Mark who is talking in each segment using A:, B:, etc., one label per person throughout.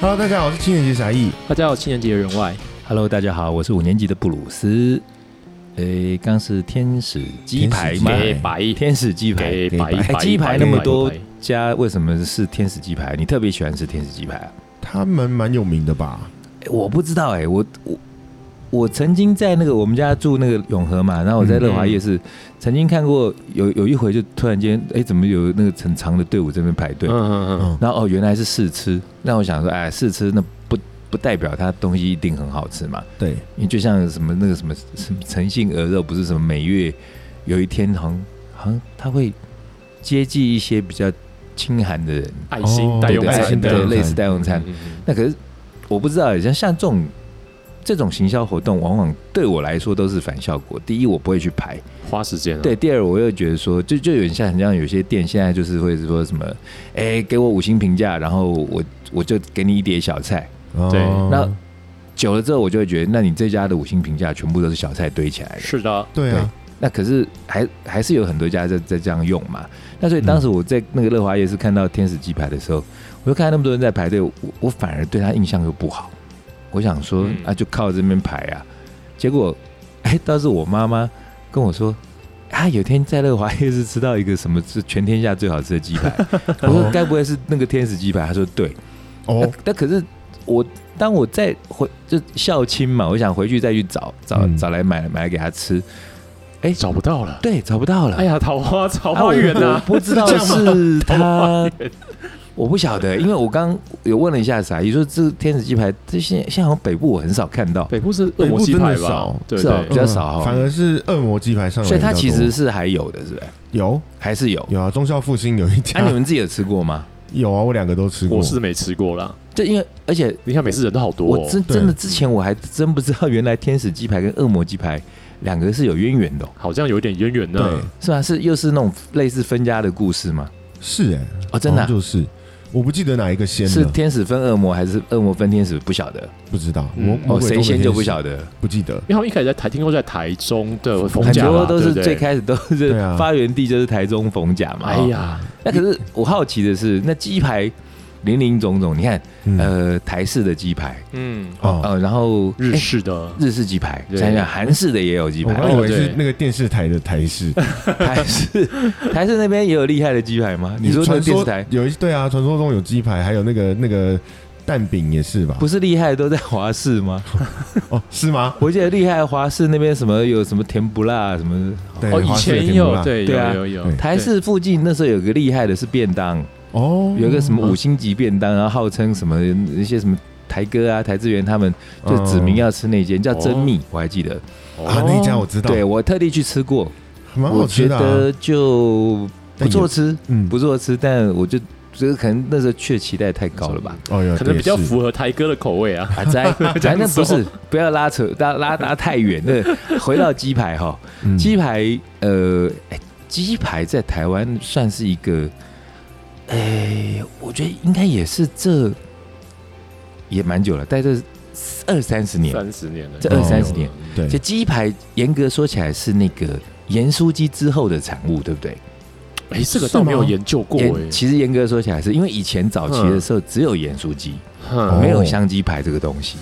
A: Hello，大家好，我是青年节侠义。
B: 大家好，七年级的人外，
C: Hello，大家好，我是五年级的布鲁斯。诶，刚是天使鸡排吗？
A: 天使鸡
B: 给
A: 排
B: 白
C: 天使鸡排
B: 给白
A: 给
C: 哎
B: 白
C: 鸡排那么多
B: 白
C: 家，为什么是天使鸡排？你特别喜欢吃天使鸡排啊？
A: 他们蛮有名的吧？
C: 诶我不知道哎、我我我曾经在那个我们家住那个永和嘛，然后我在乐华夜市、曾经看过有有一回就突然间哎、诶怎么有那个很长的队伍这边排队？
B: 嗯嗯嗯，
A: 嗯，
C: 然后哦，原来是试吃。那我想说，哎，试吃那不不代表它东西一定很好吃嘛。
A: 对，
C: 因为就像什么那个什么什么诚信鹅肉，不是什么每月有一天好像好像他会接济一些比较清寒的人，
B: 爱心
A: 哦
B: 代用
A: 对
C: 爱
B: 餐
C: 心
A: 代
B: 的
A: 用
C: 对
A: 餐
C: 类似代用餐。
B: 嗯嗯
C: 那可是我不知道，像像这种这种行销活动，往往对我来说都是反效果。第一，我不会去排；
B: 嗯花时间啊
C: 对，，第二，我又觉得说，就就有点像很像有些店现在就是会说什么，哎、给我五星评价，然后我我就给你一碟小菜。
B: 对
A: 哦
C: 那久了之后，我就会觉得，那你这家的五星评价全部都是小菜堆起来的。
B: 是的，
A: 对啊，
C: 那可是还还是有很多家在在这样用嘛。那所以当时我在那个乐华夜市看到天使鸡排的时候，我就看到那么多人在排队，我我反而对他印象又不好。我想说
B: 嗯
C: 啊，就靠这边排啊。结果哎，倒是我妈妈跟我说。啊，有天在乐华夜市吃到一个什么是全天下最好吃的鸡 排，我说该不会是那个天使鸡排？她说对，
A: 哦
B: 嗯
C: 那，但可是我当我再回就孝亲嘛，我想回去再去找找
A: 嗯
C: 找来买买来给他吃，
B: 找不到了。
C: 对，找不到了。
B: 哎呀，桃花桃
C: 啊我
B: 花源
C: 我
B: 呐，
C: 不知道是 他，我不晓得，因为我刚有问了一下傻姨，说这天使鸡排这些现在好像北部我很少看到，
B: 北部是恶
A: 北
B: 魔
A: 部
B: 鸡
A: 真的
B: 排吧
A: 少？
B: 对
C: 是哦
B: 对
C: 比，较少哦
A: 嗯反而是恶魔鸡排上来比较多，
C: 所以它其实是还有的，是不是？
A: 有
C: 还是有。
A: 有啊，中校复兴有一家
C: 那、你们自己有吃过吗？
A: 有啊，我两个都吃过，
B: 啊我是没吃过啦。
C: 就因为而且
B: 你看每次人都好多
C: 我
B: 哦，
C: 真
A: 对
C: 真的之前我还真不知道，原来天使鸡排跟恶魔鸡排两个是有渊源的哦、
B: 好像有点渊源呢。
A: 对，
C: 是吧？是又是那种类似分家的故事吗？
A: 是哎，
C: 哦，真的啊、
A: 好像就是，我不记得哪一个先
C: 是
A: 了，
C: 天使分恶魔还是恶魔分天使？不晓得
A: 不知道，
B: 嗯
A: 我
C: 哦，谁先就不
A: 想，
C: 晓得。
A: 不记得，
B: 因为他们一开始在台，听说在台中的逢
C: 很
B: 甲
C: 多
B: 嘛，
C: 都是
B: 对不对
C: 最。开始都是
A: 对啊
C: 发源地就是台中逢甲嘛。
B: 哎
C: 哦，
B: 呀，
C: 那可是我好奇的是，那鸡排林林总总，你看，
A: 嗯
C: 呃，台式的鸡排，
B: 嗯，
A: 哦，
C: 呃，然后
B: 日
C: 哎
B: 式的
C: 日式鸡排，
B: 对
C: 想想韩式的也有鸡
A: 我
C: 排，
A: 刚以为
B: 哦
A: 是
B: 对
A: 那个电视台的台 式，
C: 台 式台式那边也有厉害的鸡排吗？你说那
A: 传
C: 电
A: 说
C: 视台
A: 有一对啊，传说中有鸡排，还有那个那个蛋饼也是吧？
C: 不是厉害的都在华 视吗？
A: 哦，是吗？
C: 我记得厉害的华视那边什么有什么甜不辣什么，
A: 对，
B: 哦，以
A: 华氏的
B: 前
A: 甜
B: 也
A: 不
B: 有
A: 辣
B: 对
C: 对啊
B: 有有有
A: 对
C: 台式附近那时候有个厉害的是便当，
A: 哦，
C: 有一个什么五星级便当，然后号称什么一些什么台哥啊、台志源他们就指明要吃那间叫珍蜜，我还记得，
B: 哦
A: 啊，那一家我知哦道，
C: 对我特地去吃过，
A: 蛮好
C: 哦我觉
A: 吃的啊，
C: 得就不
A: 但也
C: 错吃，
A: 嗯，
C: 不错吃，但我就觉得可能那时候确期待太高了吧。
A: 哦，有
B: 可能比较
A: 对是
B: 符合台哥的口味啊。
C: 啊， 在
B: 这样
C: 反正不是，不要拉扯拉拉拉太远。那回到鸡排哈，
A: 嗯
C: 鸡排呃，哎鸡排在台湾算是一个，哎，我觉得应该也是这也蛮久了，待这二三十年。
B: 三十年了，
C: 这
A: 二三十
C: 年
B: 嗯，
A: 对
C: 这鸡排严格说起来是那个盐酥鸡之后的产物，对不对？
B: 哎，这个倒没有研究过
C: 严
B: 哎，
C: 其实严格说起来是因为以前早期的时候只有盐酥鸡，
B: 哼
C: 没有
A: 哦
C: 香鸡排这个东西。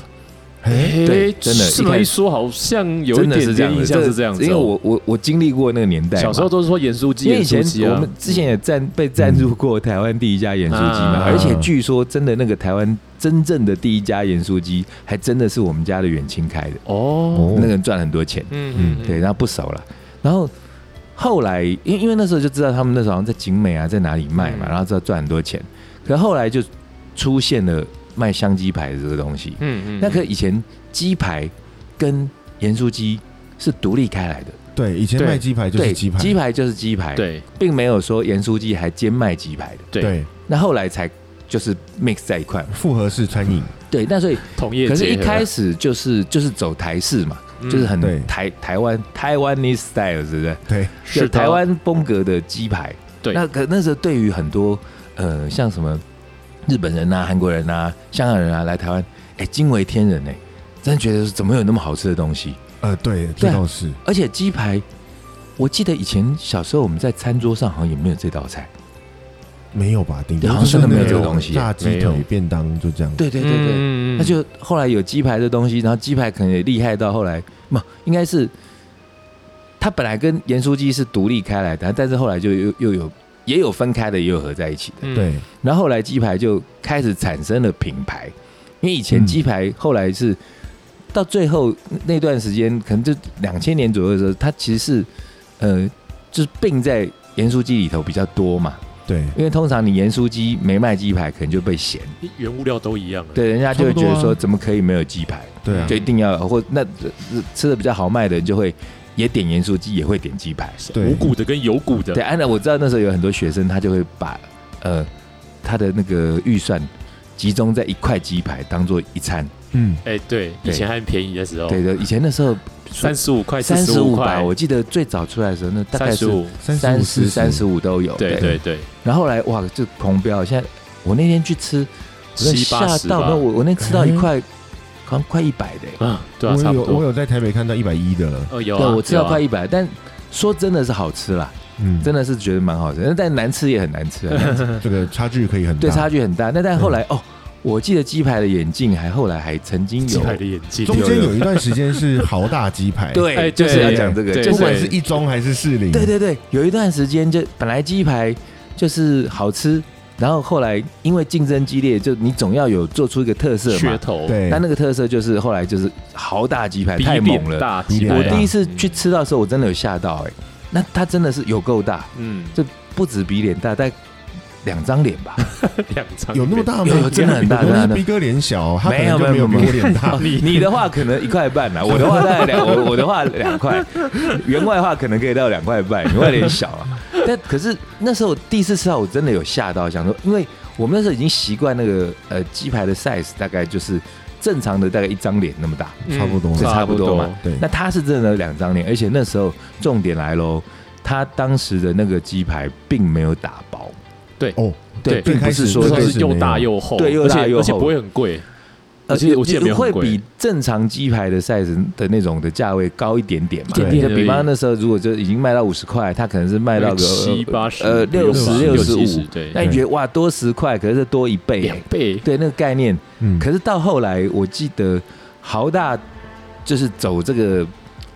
A: 哎，
B: 哎
C: 对真的
B: 这
C: 一
B: 么
C: 开
B: 一
C: 始
B: 说，好像有一
C: 真的
B: 点
C: 是这样
B: 点
C: 的，
B: 印象是这样子哦。
C: 因为我我我经历过那个年代嘛，
B: 小时候都是说盐酥鸡，
C: 因为以前
B: 盐酥鸡啊
C: 我们之前也赞被赞助过台湾第一家盐酥鸡嘛，
B: 嗯
C: 而且据说真的那个台湾真正的第一家盐酥鸡，还真的是我们家的远亲开的，
B: 哦，
C: 那个人赚很多钱，
B: 嗯
C: 对，，然后不熟了，然后后来因因为那时候就知道他们那时候好像在景美啊，在哪里卖嘛，
B: 嗯
C: 然后知道赚很多钱，可后来就出现了卖香鸡排的这个东西，
B: 嗯嗯
C: 那可以前鸡排跟盐酥鸡是独立开来的，
A: 对，以前
B: 对
A: 卖鸡排就是
C: 对，
A: 鸡排，
C: 鸡排就是鸡排，。
B: 对
C: 并没有说盐酥鸡还兼卖鸡排的。
B: 对
A: 对，
C: 那后来才就是 mix 在一块嘛。
A: 复合式餐饮，
C: 对，那所以
B: 同业结
C: 可
B: 合，
C: 是，一开始就是就是走台式嘛，
B: 嗯
C: 就是很
A: 对
C: 台台湾台湾 e style，是不是？
A: 对，
B: 是
C: 就
B: 的
C: 台湾风格的鸡排。
B: 对
C: 那可那时候对于很多呃像什么日本人啊、韩国人啊、香港人啊来台湾，哎、惊为天人哎、真的觉得怎么会有那么好吃的东西？
A: 呃，对，这
C: 对啊
A: 倒是，
C: 而且鸡排，我记得以前小时候我们在餐桌上好像也没有这道菜。
A: 没有吧？顶
C: 对
A: 多
C: 好
A: 就是
C: 像真的没有
A: 那
C: 这个
A: 种
C: 东西
A: 炸鸡
B: 没有
A: 腿便当就这样。
C: 对对对对，
B: 嗯
C: 那就后来有鸡排的东西，然后鸡排可能也厉害到后来，不应该是它本来跟盐酥鸡是独立开来的，但是后来就又又有也有分开的，也有合在一起的。
B: 嗯
A: 对，
C: 然后后来鸡排就开始产生了品牌，因为以前
A: 嗯
C: 鸡排后来是、到最后那段时间，可能就两千年左右的时候，它其实是呃就是并在盐酥鸡里头比较多嘛，
A: 对，
C: 因为通常你盐酥鸡没卖鸡排，可能就被嫌，
B: 原物料都一样了，
C: 对，人家就会
A: 差
C: 觉得
A: 不多
C: 说
A: 啊
C: 怎么可以没有鸡排。
A: 对啊
C: 就，一定要或那呃吃的比较好卖的人就会也点盐酥鸡，也会点鸡排。
A: 对
B: 无骨的跟有骨的，
C: 对，安、啊、娜，我知道那时候有很多学生，他就会把呃他的那个预算集中在一块鸡排当做一餐。
A: 嗯，
B: 哎，对，以
C: 对
B: 前还很便宜的时候，
C: 对的，以前那时候
B: 三十五块、
C: 三
B: 十
C: 十五吧，
B: 块、
C: 我记得最早出来的时候，那大概
B: 三十
C: 是
B: 五，
C: 三十、三
A: 五，
C: 十五都有。
B: 对对对，
C: 然后后来哇，就狂飙！现在我那天去吃，我真的
B: 七八
C: 吓
B: 十
C: 到，
B: 吧嗯
C: 那我我那吃到一块，好像快一百的欸。
B: 啊，对啊，
A: 我
B: 差
A: 有
B: 不
A: 我
B: 多，
A: 有在台北看到一百一的了，
B: 哦有
C: 对，
B: 啊，
C: 我吃到
B: 有啊
C: 快一百，但说真的是好吃啦。
A: 嗯，
C: 真的是觉得蛮好吃，但难吃也很 难吃、啊，
A: 这个差距可以很大。
C: 对，差距很大。那但后来、哦，我记得鸡排的眼镜还后来还曾经
B: 鸡
C: 有，
B: 排的眼镜，
A: 中间有一段时间是豪大鸡排，
C: 对，
B: 哎
C: 就是
B: 对
C: 要讲这个，
B: 对
C: 就
A: 不管
C: 是
A: 是一中还是士林，
C: 对对对，有一段时间就本来鸡排就是好吃，然后后来因为竞争激烈，就你总要有做出一个特色
B: 噱
C: 嘛。
B: 头，
A: 对
C: 但那个特色就是后来就是豪大鸡排
B: 比
C: 太猛
B: 脸
C: 了，
B: 大，
A: 比
B: 鸡
A: 脸
B: 排
C: 我
A: 大
C: 第一次去，吃到的时候我真的有吓到哎、那它真的是有够大，
B: 嗯，
C: 这不止比脸大，大概两张脸吧。
B: 两张
A: 有那么大吗？
C: 有有真的很大
A: 我
C: 真的
A: 是
C: 很大
A: 逼哥脸小，他可
C: 没有
A: 能就没有比
C: 没有
A: 我脸 大。
C: 你你的话可能一 块半啦，我的话大概两，我我的话两块，员外的话可能可以到两块半，员外脸小 啊。但可是那时候我第一次啊吃到，我真的有吓到，想说，因为我们那时候已经习惯那个呃鸡排的 size 大概就是正常的大概一张脸那么大，
B: 嗯
A: 差不多
C: 这差不多嘛
A: 对，
C: 那它是真的有两张脸，而且那时候重点来喽，它当时的那个鸡排并没有打包，
A: 哦，
B: 对
C: 并
A: 最
C: 不
A: 开始
C: 是说
A: 那
B: 就
A: 时候
B: 是又大又厚，
C: 对又
B: 而
C: 大
B: 且
C: 又厚
B: 而且不会很贵，而且我记得没有
C: 呃会
B: 很贵
C: 比正常鸡排的 size 的那种的价位高一点点嘛。
B: 一
A: 点
B: 点而已
C: 就比方那时候如果就已经卖到五十块，它可能是卖到个
B: 七八十，
C: 呃六十
A: 60
C: 六十
B: 70
C: 五，
B: 对，
C: 那你觉得哇多十块，可是多一倍
B: 两
C: 欸，
B: 倍，
C: 对那个概念。
A: 嗯，
C: 可是到后来，我记得豪大就是走这个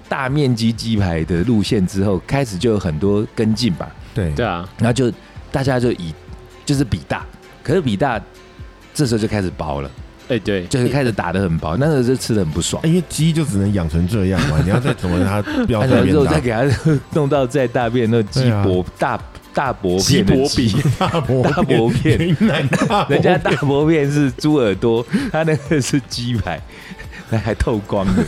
C: 大面积鸡排的路线之后，开始就有很多跟进吧。
A: 对
B: 对啊，
C: 然后就大家就以就是比大，可是比大这时候就开始包了，
B: 哎对，
C: 就是开始打得很薄，那时候就吃的很不爽
A: 哎。因为鸡就只能养成这样嘛，你要再怎么让它不要
C: 而
A: 再
C: 且
A: 变
C: 肉
A: 大
C: 再，给它弄到再大便，那鸡脖、大大薄
B: 鸡
C: 片的
B: 薄
C: 鸡
B: 饼，
A: 大薄
C: 大薄片
A: 云南大薄片
C: 人家大薄片是猪耳朵，他那个是鸡排，那还透光的。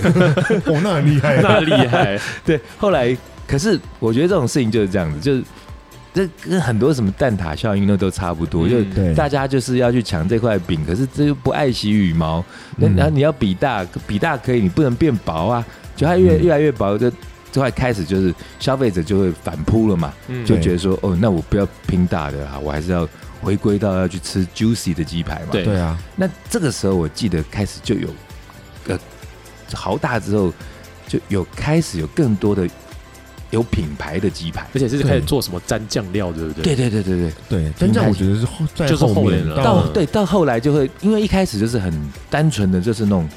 A: 哦，那很厉害，
B: 那厉害，
C: 对，后来可是我觉得这种事情就是这样子，就是这跟很多什么蛋挞效应那都差不多，就
B: 嗯
A: 对，
C: 大家就是要去抢这块饼，可是这又不爱惜羽毛。那、
A: 嗯
C: 然后你要比大，比大可以，你不能变薄啊。就它越
A: 嗯
C: 越来越薄，就就快开始就是消费者就会反扑了嘛，
B: 嗯
C: 就
A: 对
C: 觉得说哦，那我不要拼大的啊啦，我还是要回归到要去吃 juicy 的鸡排嘛。
B: 对
A: 对啊，
C: 那这个时候我记得开始就有，呃，豪大之后就有开始有更多的有品牌的鸡排。
B: 而且是开始做什么蘸酱料，对不对？
C: 对对对对对，
A: 对，真正我觉得是后在
B: 就是后
A: 后面
B: 面了
C: 到
B: 嗯
C: 对到后来就会，因为一开始就是很单纯的就是那种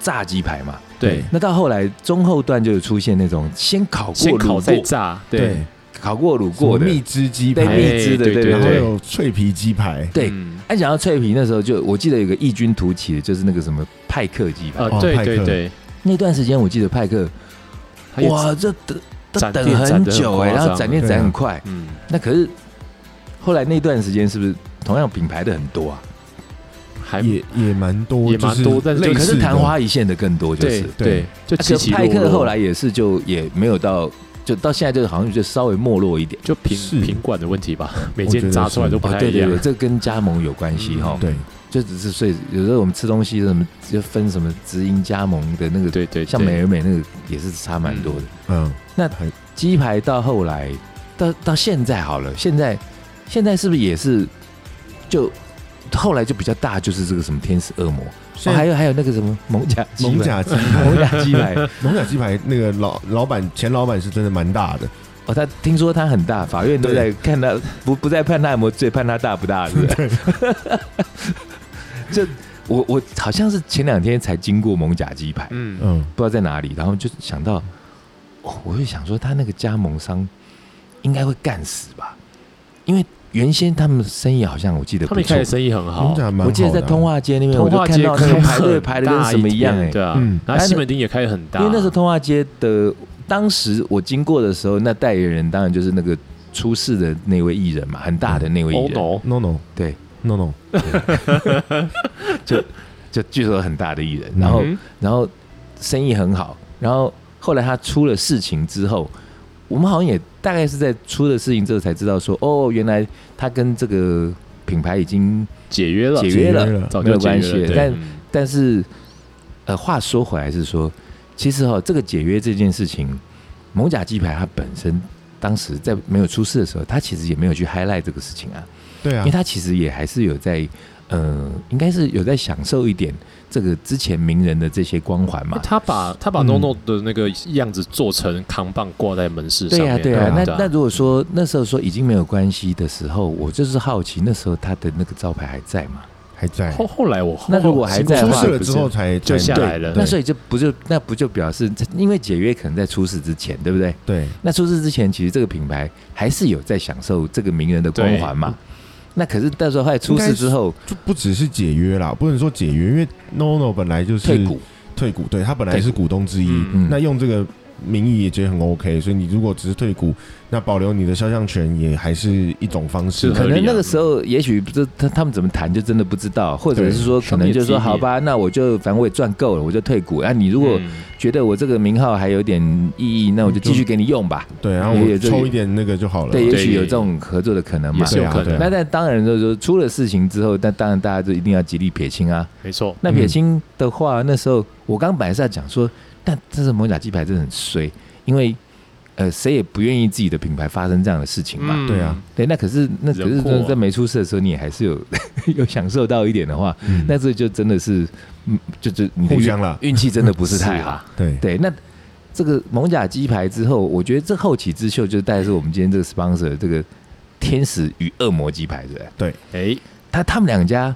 C: 炸鸡排嘛，
B: 对，
C: 那到后来中后段就有出现那种先烤过
B: 先
C: 卤
B: 烤
C: 过、
B: 再炸，对，
A: 对，
C: 烤过卤
A: 什么
C: 过的，
A: 蜜汁鸡
C: 对
A: 排，
B: 哎
C: 蜜汁的，
B: 对对
C: 对对
A: 然后
C: 对。
A: 有脆皮鸡排，
C: 对
B: 嗯
C: 哎，讲到脆皮，那时候就我记得有个异军突起的，就是那个什么派克鸡排。
B: 啊
A: 哦，
B: 对
A: 派
B: 对
A: 克
B: 对，
C: 那段时间我记得派克，
B: 还有
C: 哇，这等
B: 展
C: 这等
B: 店展
C: 很
B: 得很
C: 久哎、
B: 夸
C: 然后
B: 张
C: 展店展很快。
B: 嗯，
C: 那可是后来那段时间是不是同样品牌的很多啊？
B: 还
A: 也也蛮多，
B: 也蛮多但是
A: 类
C: 可
A: 似
C: 是
A: 的
C: 昙花一现的更多，就
B: 对
C: 是。
B: 对
A: 对，
B: 就
C: 可
B: 起起
C: 派
B: 落
C: 克
B: 落，
C: 后来也是就也没有到，就到现在就好像就稍微没落一点。
B: 就品
A: 是
B: 品管的问题吧，每
A: 我觉
B: 间
A: 得
B: 炸出来
A: 是
B: 都不
C: 哦，
B: 太
C: 对
B: 一
C: 对
B: 样
C: 对，，这跟加盟有关系
B: 嗯
C: 哈。
A: 对，
C: 就只是所以有时候我们吃东西什么就分什么直营加盟的那个，
B: 对对，
C: 像
B: 对
C: 美而美那个也是差蛮多的。
A: 嗯，
C: 那
A: 还
C: 鸡排到后来到到现在好了，现在现在是不是也是就后来就比较大，就是这个什么天使恶魔，哦、
A: 现
C: 还
A: 在
C: 有还有那个什么蒙甲鸡排
A: 蒙甲鸡
C: 蒙甲 鸡排
A: 蒙甲鸡排那个老老板前老板是真的蛮大的，
C: 哦，他听说他很大，法院都在
A: 对
C: 看他不不再判他有没有罪，判他大不大，是不是？ 就我我好像是前两天才经过蒙甲鸡排，
B: 嗯
A: 嗯，
C: 不知道在哪里，然后就想到，哦，我就想说他那个加盟商应该会干死吧，因为原先他们生意好像我记得
B: 他
C: 不
B: 们一开
C: 错
B: 始，生意很好
A: 蒙，甲蛮好的啊
C: 我记得在通化街那边，
B: 通
C: 我就
B: 化
C: 看
B: 街
C: 到那
B: 开
C: 个排队
B: 很
C: 排的跟
B: 大
C: 什么
B: 一
C: 一样哎、
B: 片对啊
A: 嗯，
B: 然后西门町也开得很大，
C: 因为那时候通化街的，当时我经过的时候，那代言人当然就是那个出事的那位艺人嘛，很大的那位艺
B: 欧
C: 人，
B: 农
A: no no
C: 对，
A: no no，
C: 就据说很大的艺人，
A: 嗯
C: 然后、
B: 嗯
C: 然后生意很好，然后后来他出了事情之后，我们好像也大概是在出了事情之后才知道说，哦，原来他跟这个品牌已经
B: 解约了，
C: 解约了，
A: 解约了
B: 早
C: 没
B: 就
C: 有
B: 解约
C: 关系
B: 了，对
C: 但
B: 嗯
C: 但是，呃，话说回来是说，其实哈、这个解约这件事情，蒙甲鸡排它本身当时在没有出事的时候，它其实也没有去 highlight 这个事情啊，
A: 对啊
C: 因为，它其实也还是有在，呃，应该是有在享受一点这个之前名人的这些光环嘛。
B: 他把他把
A: 嗯
B: NONO 的那个样子做成扛棒挂在门市上
C: 对呀、
B: 面，
C: 对呀、
A: 啊
C: 那那如果说那时候说已经没有关系的时候，我就是好奇那时候他的那个招牌还在吗？
A: 还在
B: 后后来我
C: 那如果还在的
A: 出
C: 话
A: 事了之后才才
B: 就下
A: 对
B: 来了
C: 那
A: 对
C: 所以就不就那不就表示，因为解约可能在出事之前，对不对？
A: 对，
C: 那出事之前，其实这个品牌还是有在享受这个名人的光环嘛。
B: 嗯
C: 那可是到时候后来出事之后
A: 就不只是解约啦，不能说解约，因为 no no 本来就是
C: 退股，
A: 退股，对他本来是股东之一，
B: 嗯
C: 嗯
A: 那用这个名义也觉得很 OK，所以你如果只是退股，那保留你的肖像权也还是一种方式
B: 是。
C: 可
B: 合理
C: 能
B: 啊
C: 那个时候也许不知他他们怎么谈，就真的不知道，或者
A: 对
C: 是说可
B: 商业
C: 能就说
B: 机密
C: 好吧，那我就反正我也赚够了，我就退股。那、你如果
B: 嗯
C: 觉得我这个名号还有点意义，那我就继续给你用吧。
A: 对，然后
C: 也
A: 我
C: 有这
A: 抽一点那个就好了。
C: 对，也
B: 对
C: 许有这种合作的可能
B: 也
C: 嘛。
B: 是有可
A: 对啊对
B: 能
C: 那
A: 啊
B: 的，
C: 但当然就是说出了事情之后，那当然大家就一定要极力撇清啊。
B: 没错，
C: 那撇清的话，那时候我刚本来是要讲说，但这是蒙甲鸡排真的很衰，因为呃谁也不愿意自己的品牌发生这样的事情嘛。
A: 对啊，
C: 对，那可是那可是
B: 嗯人祸啊
C: 在没出事的时候，你也还是有 有享受到一点的话，
A: 嗯
C: 那这就真的是，嗯，就就你的
A: 互
C: 运
A: 相啦，
C: 运气真的不是 太好。
B: 啊，
A: 对，
C: 对，那这个蒙甲鸡排之后，我觉得这后起之秀就是大概是我们今天这个 sponsor 这个天使与恶魔鸡排，对不对？
B: 哎，
C: 他他们两家，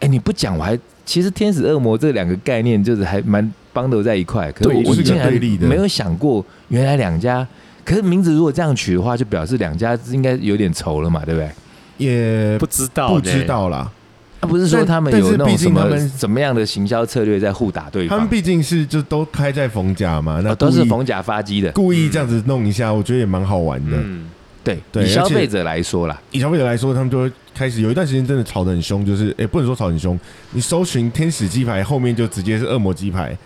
C: 哎，你不讲我还其实天使恶魔这两个概念就是还蛮帮斗在一块，可是
B: 对
C: 我我
B: 是个
C: 竟然
A: 对立的
C: 没有想过原来两家，可是名字如果这样取的话，就表示两家应该有点仇了嘛，对不对？
A: 也
B: 不知道
A: 不
B: 呢，
A: 知道啦，
C: 啊，不是说
A: 但
C: 他们
A: 但
C: 有
A: 是
C: 那种
A: 毕
C: 什
A: 竟
C: 么
A: 他们
C: 怎么样的行销策略在互打对
A: 他
C: 方
A: 们，毕竟是就都开在冯甲嘛，那
C: 哦都是
A: 故意
C: 逢甲发机的。
A: 故意这样子弄一下，我觉得也蛮好玩的。
B: 嗯，
C: 对，
A: 对
C: 以
A: 而
C: 消
A: 且
C: 费者来说啦，
A: 以消费者来说，他们就会开始有一段时间真的吵得很凶，就是也、不能说吵得很凶，你搜寻天使鸡排后面就直接是恶魔鸡排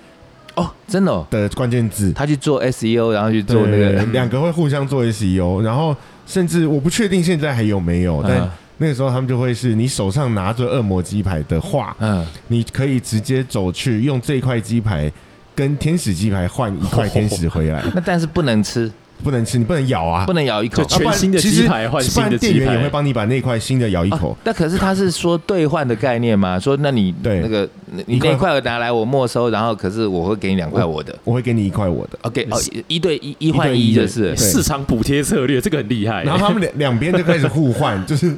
C: 哦，真的、哦，
A: 的关键字，
C: 他去做 SEO，然后去
A: 对
C: 做那个，
A: 两个会互相做 SEO，然后甚至我不确定现在还有没有，但
C: 嗯
A: 那个时候他们就会是你手上拿着恶魔鸡排的话，
C: 嗯，
A: 你可以直接走去用这块鸡排跟天使鸡排换一块天使回 来，
C: 那但是不能吃，
A: 不能吃，你不能咬啊
C: 不，能咬一口
B: 就。全新的鸡排换新
A: 不
B: 的
A: 然店
B: 鸡
A: 员也会
B: 排，
A: 帮你把那块新的咬一口
C: 啊。那可是他是说兑换的概念嘛？说那你
A: 对
C: 那个你你
A: 一块
C: 那块拿来我没收，然后可是我会给你两块我的。
A: 我会给你一块我的，
C: OK，哦
B: 是，
C: 一对一，一换一就是
A: 对
C: 了。
B: 市场补贴策略这个很厉害，
A: 然后他们两两边就开始互换，就是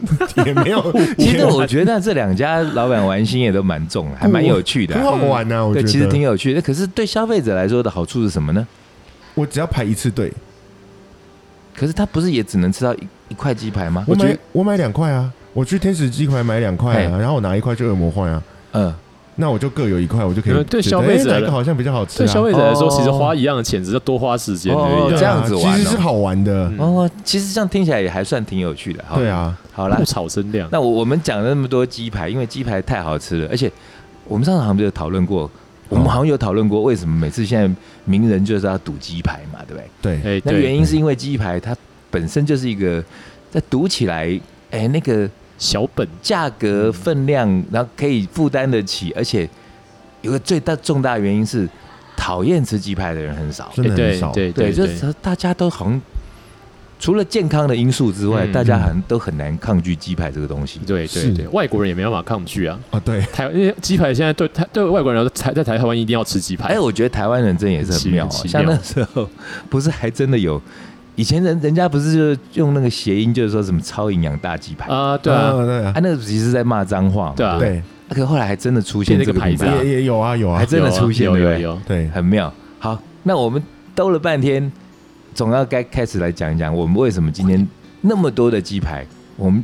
A: 也没有，
C: 其
A: 也
C: 实我觉得这两家老板玩心也都蛮重的，还蛮有趣的
A: 很
C: 啊。
A: 好玩呐、啊。我觉
C: 对，
A: 得
C: 其实挺有趣的。可是对消费者来说的好处是什么呢？
A: 我只要排一次队，
C: 可是他不是也只能吃到一一块鸡排吗？
A: 我
C: 觉
A: 买
C: 得，
A: 我买两块啊，我去天使鸡块买两块啊，
C: 嘿
A: 然后我拿一块去恶魔换啊，
C: 嗯，
A: 那我就各有一块，我就可以
B: 没
A: 觉得。
B: 有对消费者
A: 哎哪
B: 来
A: 个好像比较好吃
B: 对
A: 啊？
B: 消费者来说，
C: 哦
B: 其实花一样的钱，只是多花时间而
C: 哦
B: 已
A: 对
B: 啊。
A: 啊
C: 这样子玩哦
A: 其实是好玩的，
B: 嗯
C: 哦，其实这样听起来也还算挺有趣的。哈
A: 对，啊，
C: 好啦
B: 不，吵声量。
C: 那我我们讲了那么多鸡排，因为鸡排太好吃了，而且我们上次好像就有讨论过，我们好像有讨论过为什么每次现在名人就是要赌鸡排嘛，对不对？
A: 对，
B: 哎，
C: 那
B: 对
C: 原因是因为鸡排它本身就是一个在赌起来，哎，那个
B: 小本
C: 价格分量，然后可以负担得起，而且有个最大重大原因是，讨厌吃鸡排的人很少。
A: 真的很少。
B: 对对
C: 对，
B: 对
C: 就是
B: 对，
C: 说大家都好像除了健康的因素之外，
B: 嗯
C: 大家好像都很难抗拒鸡排这个东西。
B: 对
A: 是
B: 对对，外国人也没办法抗拒啊。
A: 啊，对，
B: 台因为鸡排现在对台对外国人来说，台在台湾一定要吃鸡排。
C: 哎，我觉得台湾人真的也是很妙、哦，
B: 奇
C: 像
B: 妙
C: 那时候不是还真的有，以前人人家不是就是用那个谐音，就是说什么超营养大鸡排，
B: 啊，对啊，
A: 嗯对
C: 啊，
A: 啊，
C: 那个其实是在骂脏话嘛，
B: 对啊
C: 不
A: 对，
C: 啊可后来还真的出现
B: 变
C: 这
B: 那个
C: 个牌子、
B: 对牌
C: 啊
B: 子，
A: 也也有啊有啊
C: 还，真的
B: 有啊
C: 出现
B: 有
C: 对不
B: 有
C: 对
B: 有，
A: 对，
C: 很妙。好，那我们兜了半天，总要该开始来讲一讲，我们为什么今天那么多的鸡排，我们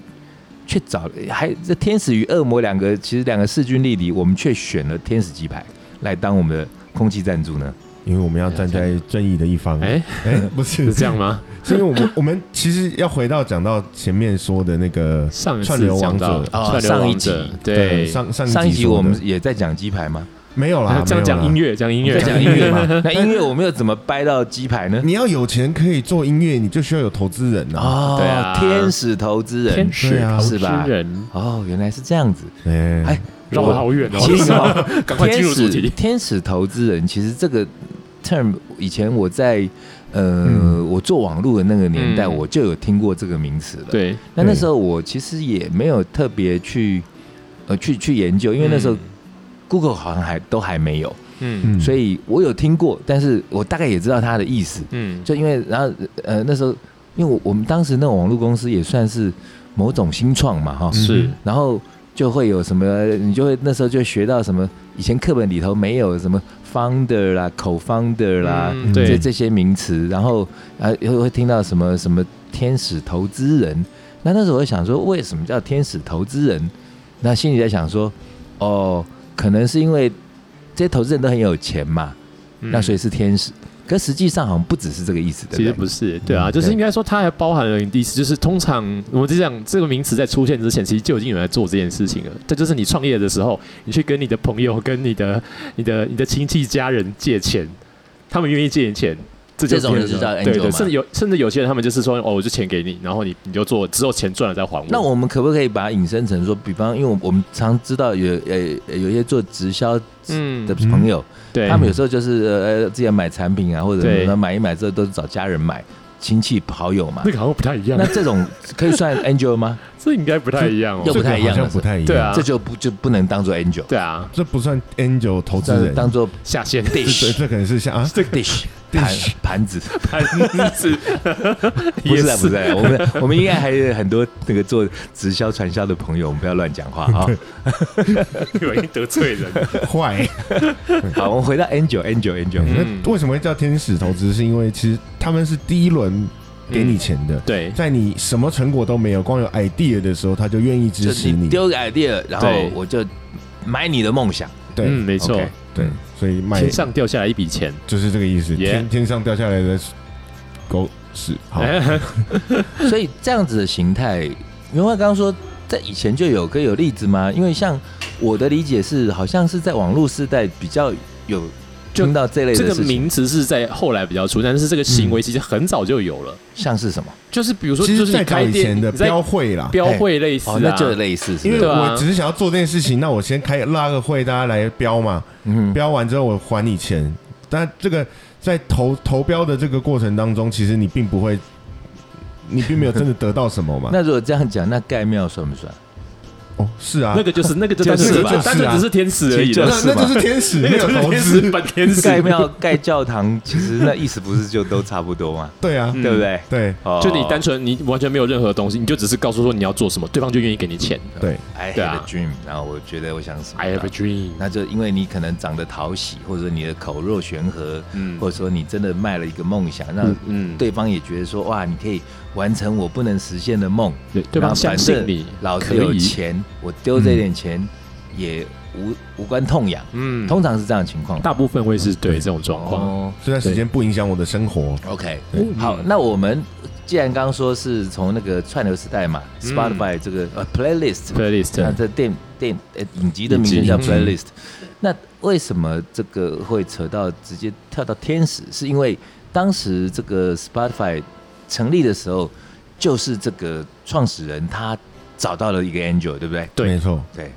C: 却找还这天使与恶魔两个，其实两个势均力敌，我们却选了天使鸡排来当我们的空气赞助呢？
A: 因为我们要站在正义的一方。
B: 哎，
A: 哎，不是
B: 是这样，吗？
A: 是因为我们我们其实要回到讲到前面说的那个
B: 上一次
A: 串流
B: 讲
A: 王
B: 到
A: 者
C: 哦
B: 串流
C: 上一
B: 王者
C: 集，
B: 对，
A: 上上
C: 上一集我们
A: 说的
C: 也在讲鸡排吗？
A: 没有啦，
B: 哎 这样讲音
A: 乐，
B: 乐，讲音乐，
A: 在讲音乐嘛
C: 那音乐我们又怎么掰到鸡排呢？
A: 你要有钱可以做音乐，你就需要有投资人啊。
C: 哦，
B: 对啊
C: 天使投资人
B: 天，使
A: 对啊
B: 投
C: 是
B: 资
C: 吧
B: 人，
C: 哦，原来是这样子。哎
A: 哎，
B: 绕得好远哦。
C: 其实哦
B: 赶快进入主题
C: 天使天使投资人其实这个 term 以前我在呃、
A: 嗯
C: 我做网络的那个年代，
B: 嗯
C: 我就有听过这个名词了。，
B: 对，
C: 那那时候我其实也没有特别去呃去去研究，因为那时候 Google 好像还都还没有，
B: 嗯，
A: 嗯
C: 所以我有听过，但是我大概也知道它的意思。
B: 嗯嗯，
C: 就因为然后呃那时候，因为我我们当时那种网络公司也算是某种新创嘛哈，
B: 是
C: 然后就会有什么，你就会那时候就学到什么，以前课本里头没有什么 founder 啦、co-founder 啦，
B: 嗯
C: 这
B: 对，
C: 这些名词，然后啊又会听到什么什么天使投资人。那那时候我就想说，为什么叫天使投资人？那心里在想说，哦，可能是因为这些投资人都很有钱嘛，
B: 嗯
C: 那所以是天使。可实际上好像不只是这个意思，对
B: 其实
C: 不对？
B: 不是，对啊，
C: 嗯
B: 就是
C: 对
B: 应该说它还包含了你的意思，就是通常我们就讲这个名词在出现之前，其实就已经有人在做这件事情了。这就是你创业的时候，你去跟你的朋友、跟你的、你的、你的亲戚、家人借钱，他们愿意借你钱。这就是
C: 这种人就叫
B: 对
C: angel 嘛
B: 对，甚至有甚至有些人他们就是说，哦，我就钱给你，然后你你就做，之后钱赚了再还我。
C: 那我们可不可以把它引申成说，比方，因为我我们常知道有呃有一些做直销的
B: 嗯，
C: 朋友，
B: 对，
C: 他们有时候就是呃自己买产品啊，或
B: 对
C: 者买一买之后都是找家人买、亲戚好友嘛
B: 那。个好像不太一样
C: 那，这种可以算 angel 吗？
B: 这应该不太一样
C: 又
B: 哦。
C: 不太一
A: 这
C: 样了
A: 个好像不太一样。
B: 对啊
C: 这就不就不能当做 angel，
B: 对啊，
A: 这不算 angel 投资
C: 这
A: 人，
C: 当做
B: 下线
A: 这这 这可能是像啊，
C: dish 盘
A: dish
C: 盘子，
B: 盘子，
C: 不
B: 也
C: 是啊不是啊，我们我们应该还有很多那个做直销传销的朋友，我们不要乱讲话 啊。
B: 有人得罪人。
A: 坏。
C: 好，我们回到 angel angel angel，
B: 嗯
A: 那为什么会叫天使投资？是因为其实他们是第一轮给你钱的，
B: 嗯对，
A: 在你什么成果都没有，光有 idea 的时候，他就愿意支
C: 就
A: 持
C: 是
A: 你
C: 你。丢个 idea，然后
B: 对
C: 我就买你的梦想。
A: 对、
B: 嗯，没错
C: OK，
A: 对，所以卖
B: 天上掉下来一笔钱，
A: 就是这个意思。
B: Yeah
A: 天天上掉下来的狗屎，好，
B: 哎
C: 所以这样子的形态，原话刚刚说在以前就有，可以有例子吗？因为像我的理解是，好像是在网络时代比较有
B: 就
C: 听到这 类
B: 这
C: 的
B: 个
C: 事情，
B: 名词是在后来比较出，但是这个行为其实很早就有了，
C: 像是什么？
B: 就是比如说，
A: 其
B: 就
A: 实
B: 是
A: 在
B: 你
A: 早
B: 开
A: 以前
B: 店
A: 的
B: 你在
A: 标会啦，
B: 标会类似
C: 哦，那
B: 啊，
C: 就类似是
A: 因为
C: 不是，
B: 对啊
A: 我只是想要做这件事情，那我先开拉个会，大家来标嘛，
C: 嗯，
A: 标完之后我还你钱。但这个在投投标的这个过程当中，其实你并不会，你并没有真的得到什么 嘛。
C: 那如果这样讲，那盖庙算不算？
A: 哦，是啊，
B: 那个就是那个就
C: 就
B: 单
C: 是
B: 纯
C: 吧
B: 就单纯只是天使而已
C: 其实就
B: 的，
A: 那
C: 是吧
A: 那就是天使，
B: 那
A: 没
B: 个
A: 有
B: 就是
A: 投
B: 天
A: 资
B: 使，本天使，
C: 盖庙、盖教堂，其实那意思不是就都差不多吗？
A: 对啊，
B: 嗯
C: 对不对？
A: 对
C: 哦
B: 就你单纯你完全没有任何东西，你就只是告诉说你要做什么，对方就愿意给你钱。
A: 对，
C: I
B: 对
C: have
B: 啊
C: a dream，然后我觉得我想什么
B: I have a dream，
C: 那就因为你可能长得讨喜，或者说你的口若悬河，
B: 嗯
C: 或者说你真的卖了一个梦想，让
B: 嗯，
C: 对方也觉得说哇，你可以完成我不能实现的梦，
B: 对，对
C: 然
B: 方
C: 后
B: 相
C: 反
B: 信
C: 正
B: 你，
C: 老子
B: 可
C: 有
B: 以，
C: 钱，我丢这点钱、也无无关痛痒，
B: 嗯，
C: 通常是这样的情况。
B: 大部分会是对这种状况。
C: 哦
A: 这段时间不影响我的生活。
C: ，OK，
B: 嗯
A: 对
C: 好，那我们既然刚刚说是从那个串流时代嘛、
B: 嗯
C: s p o t i f y 这个呃 playlist，那
B: playlist
C: 这电电呃影集的名字
B: 影集
C: 叫
B: 嗯
C: playlist，、那为什么这个会扯到直接跳到天使？是因为当时这个 Spotify 成立的时候，就是这个创始人他找到了一个 angel，对不对？
B: 对
A: 没错，
C: 对，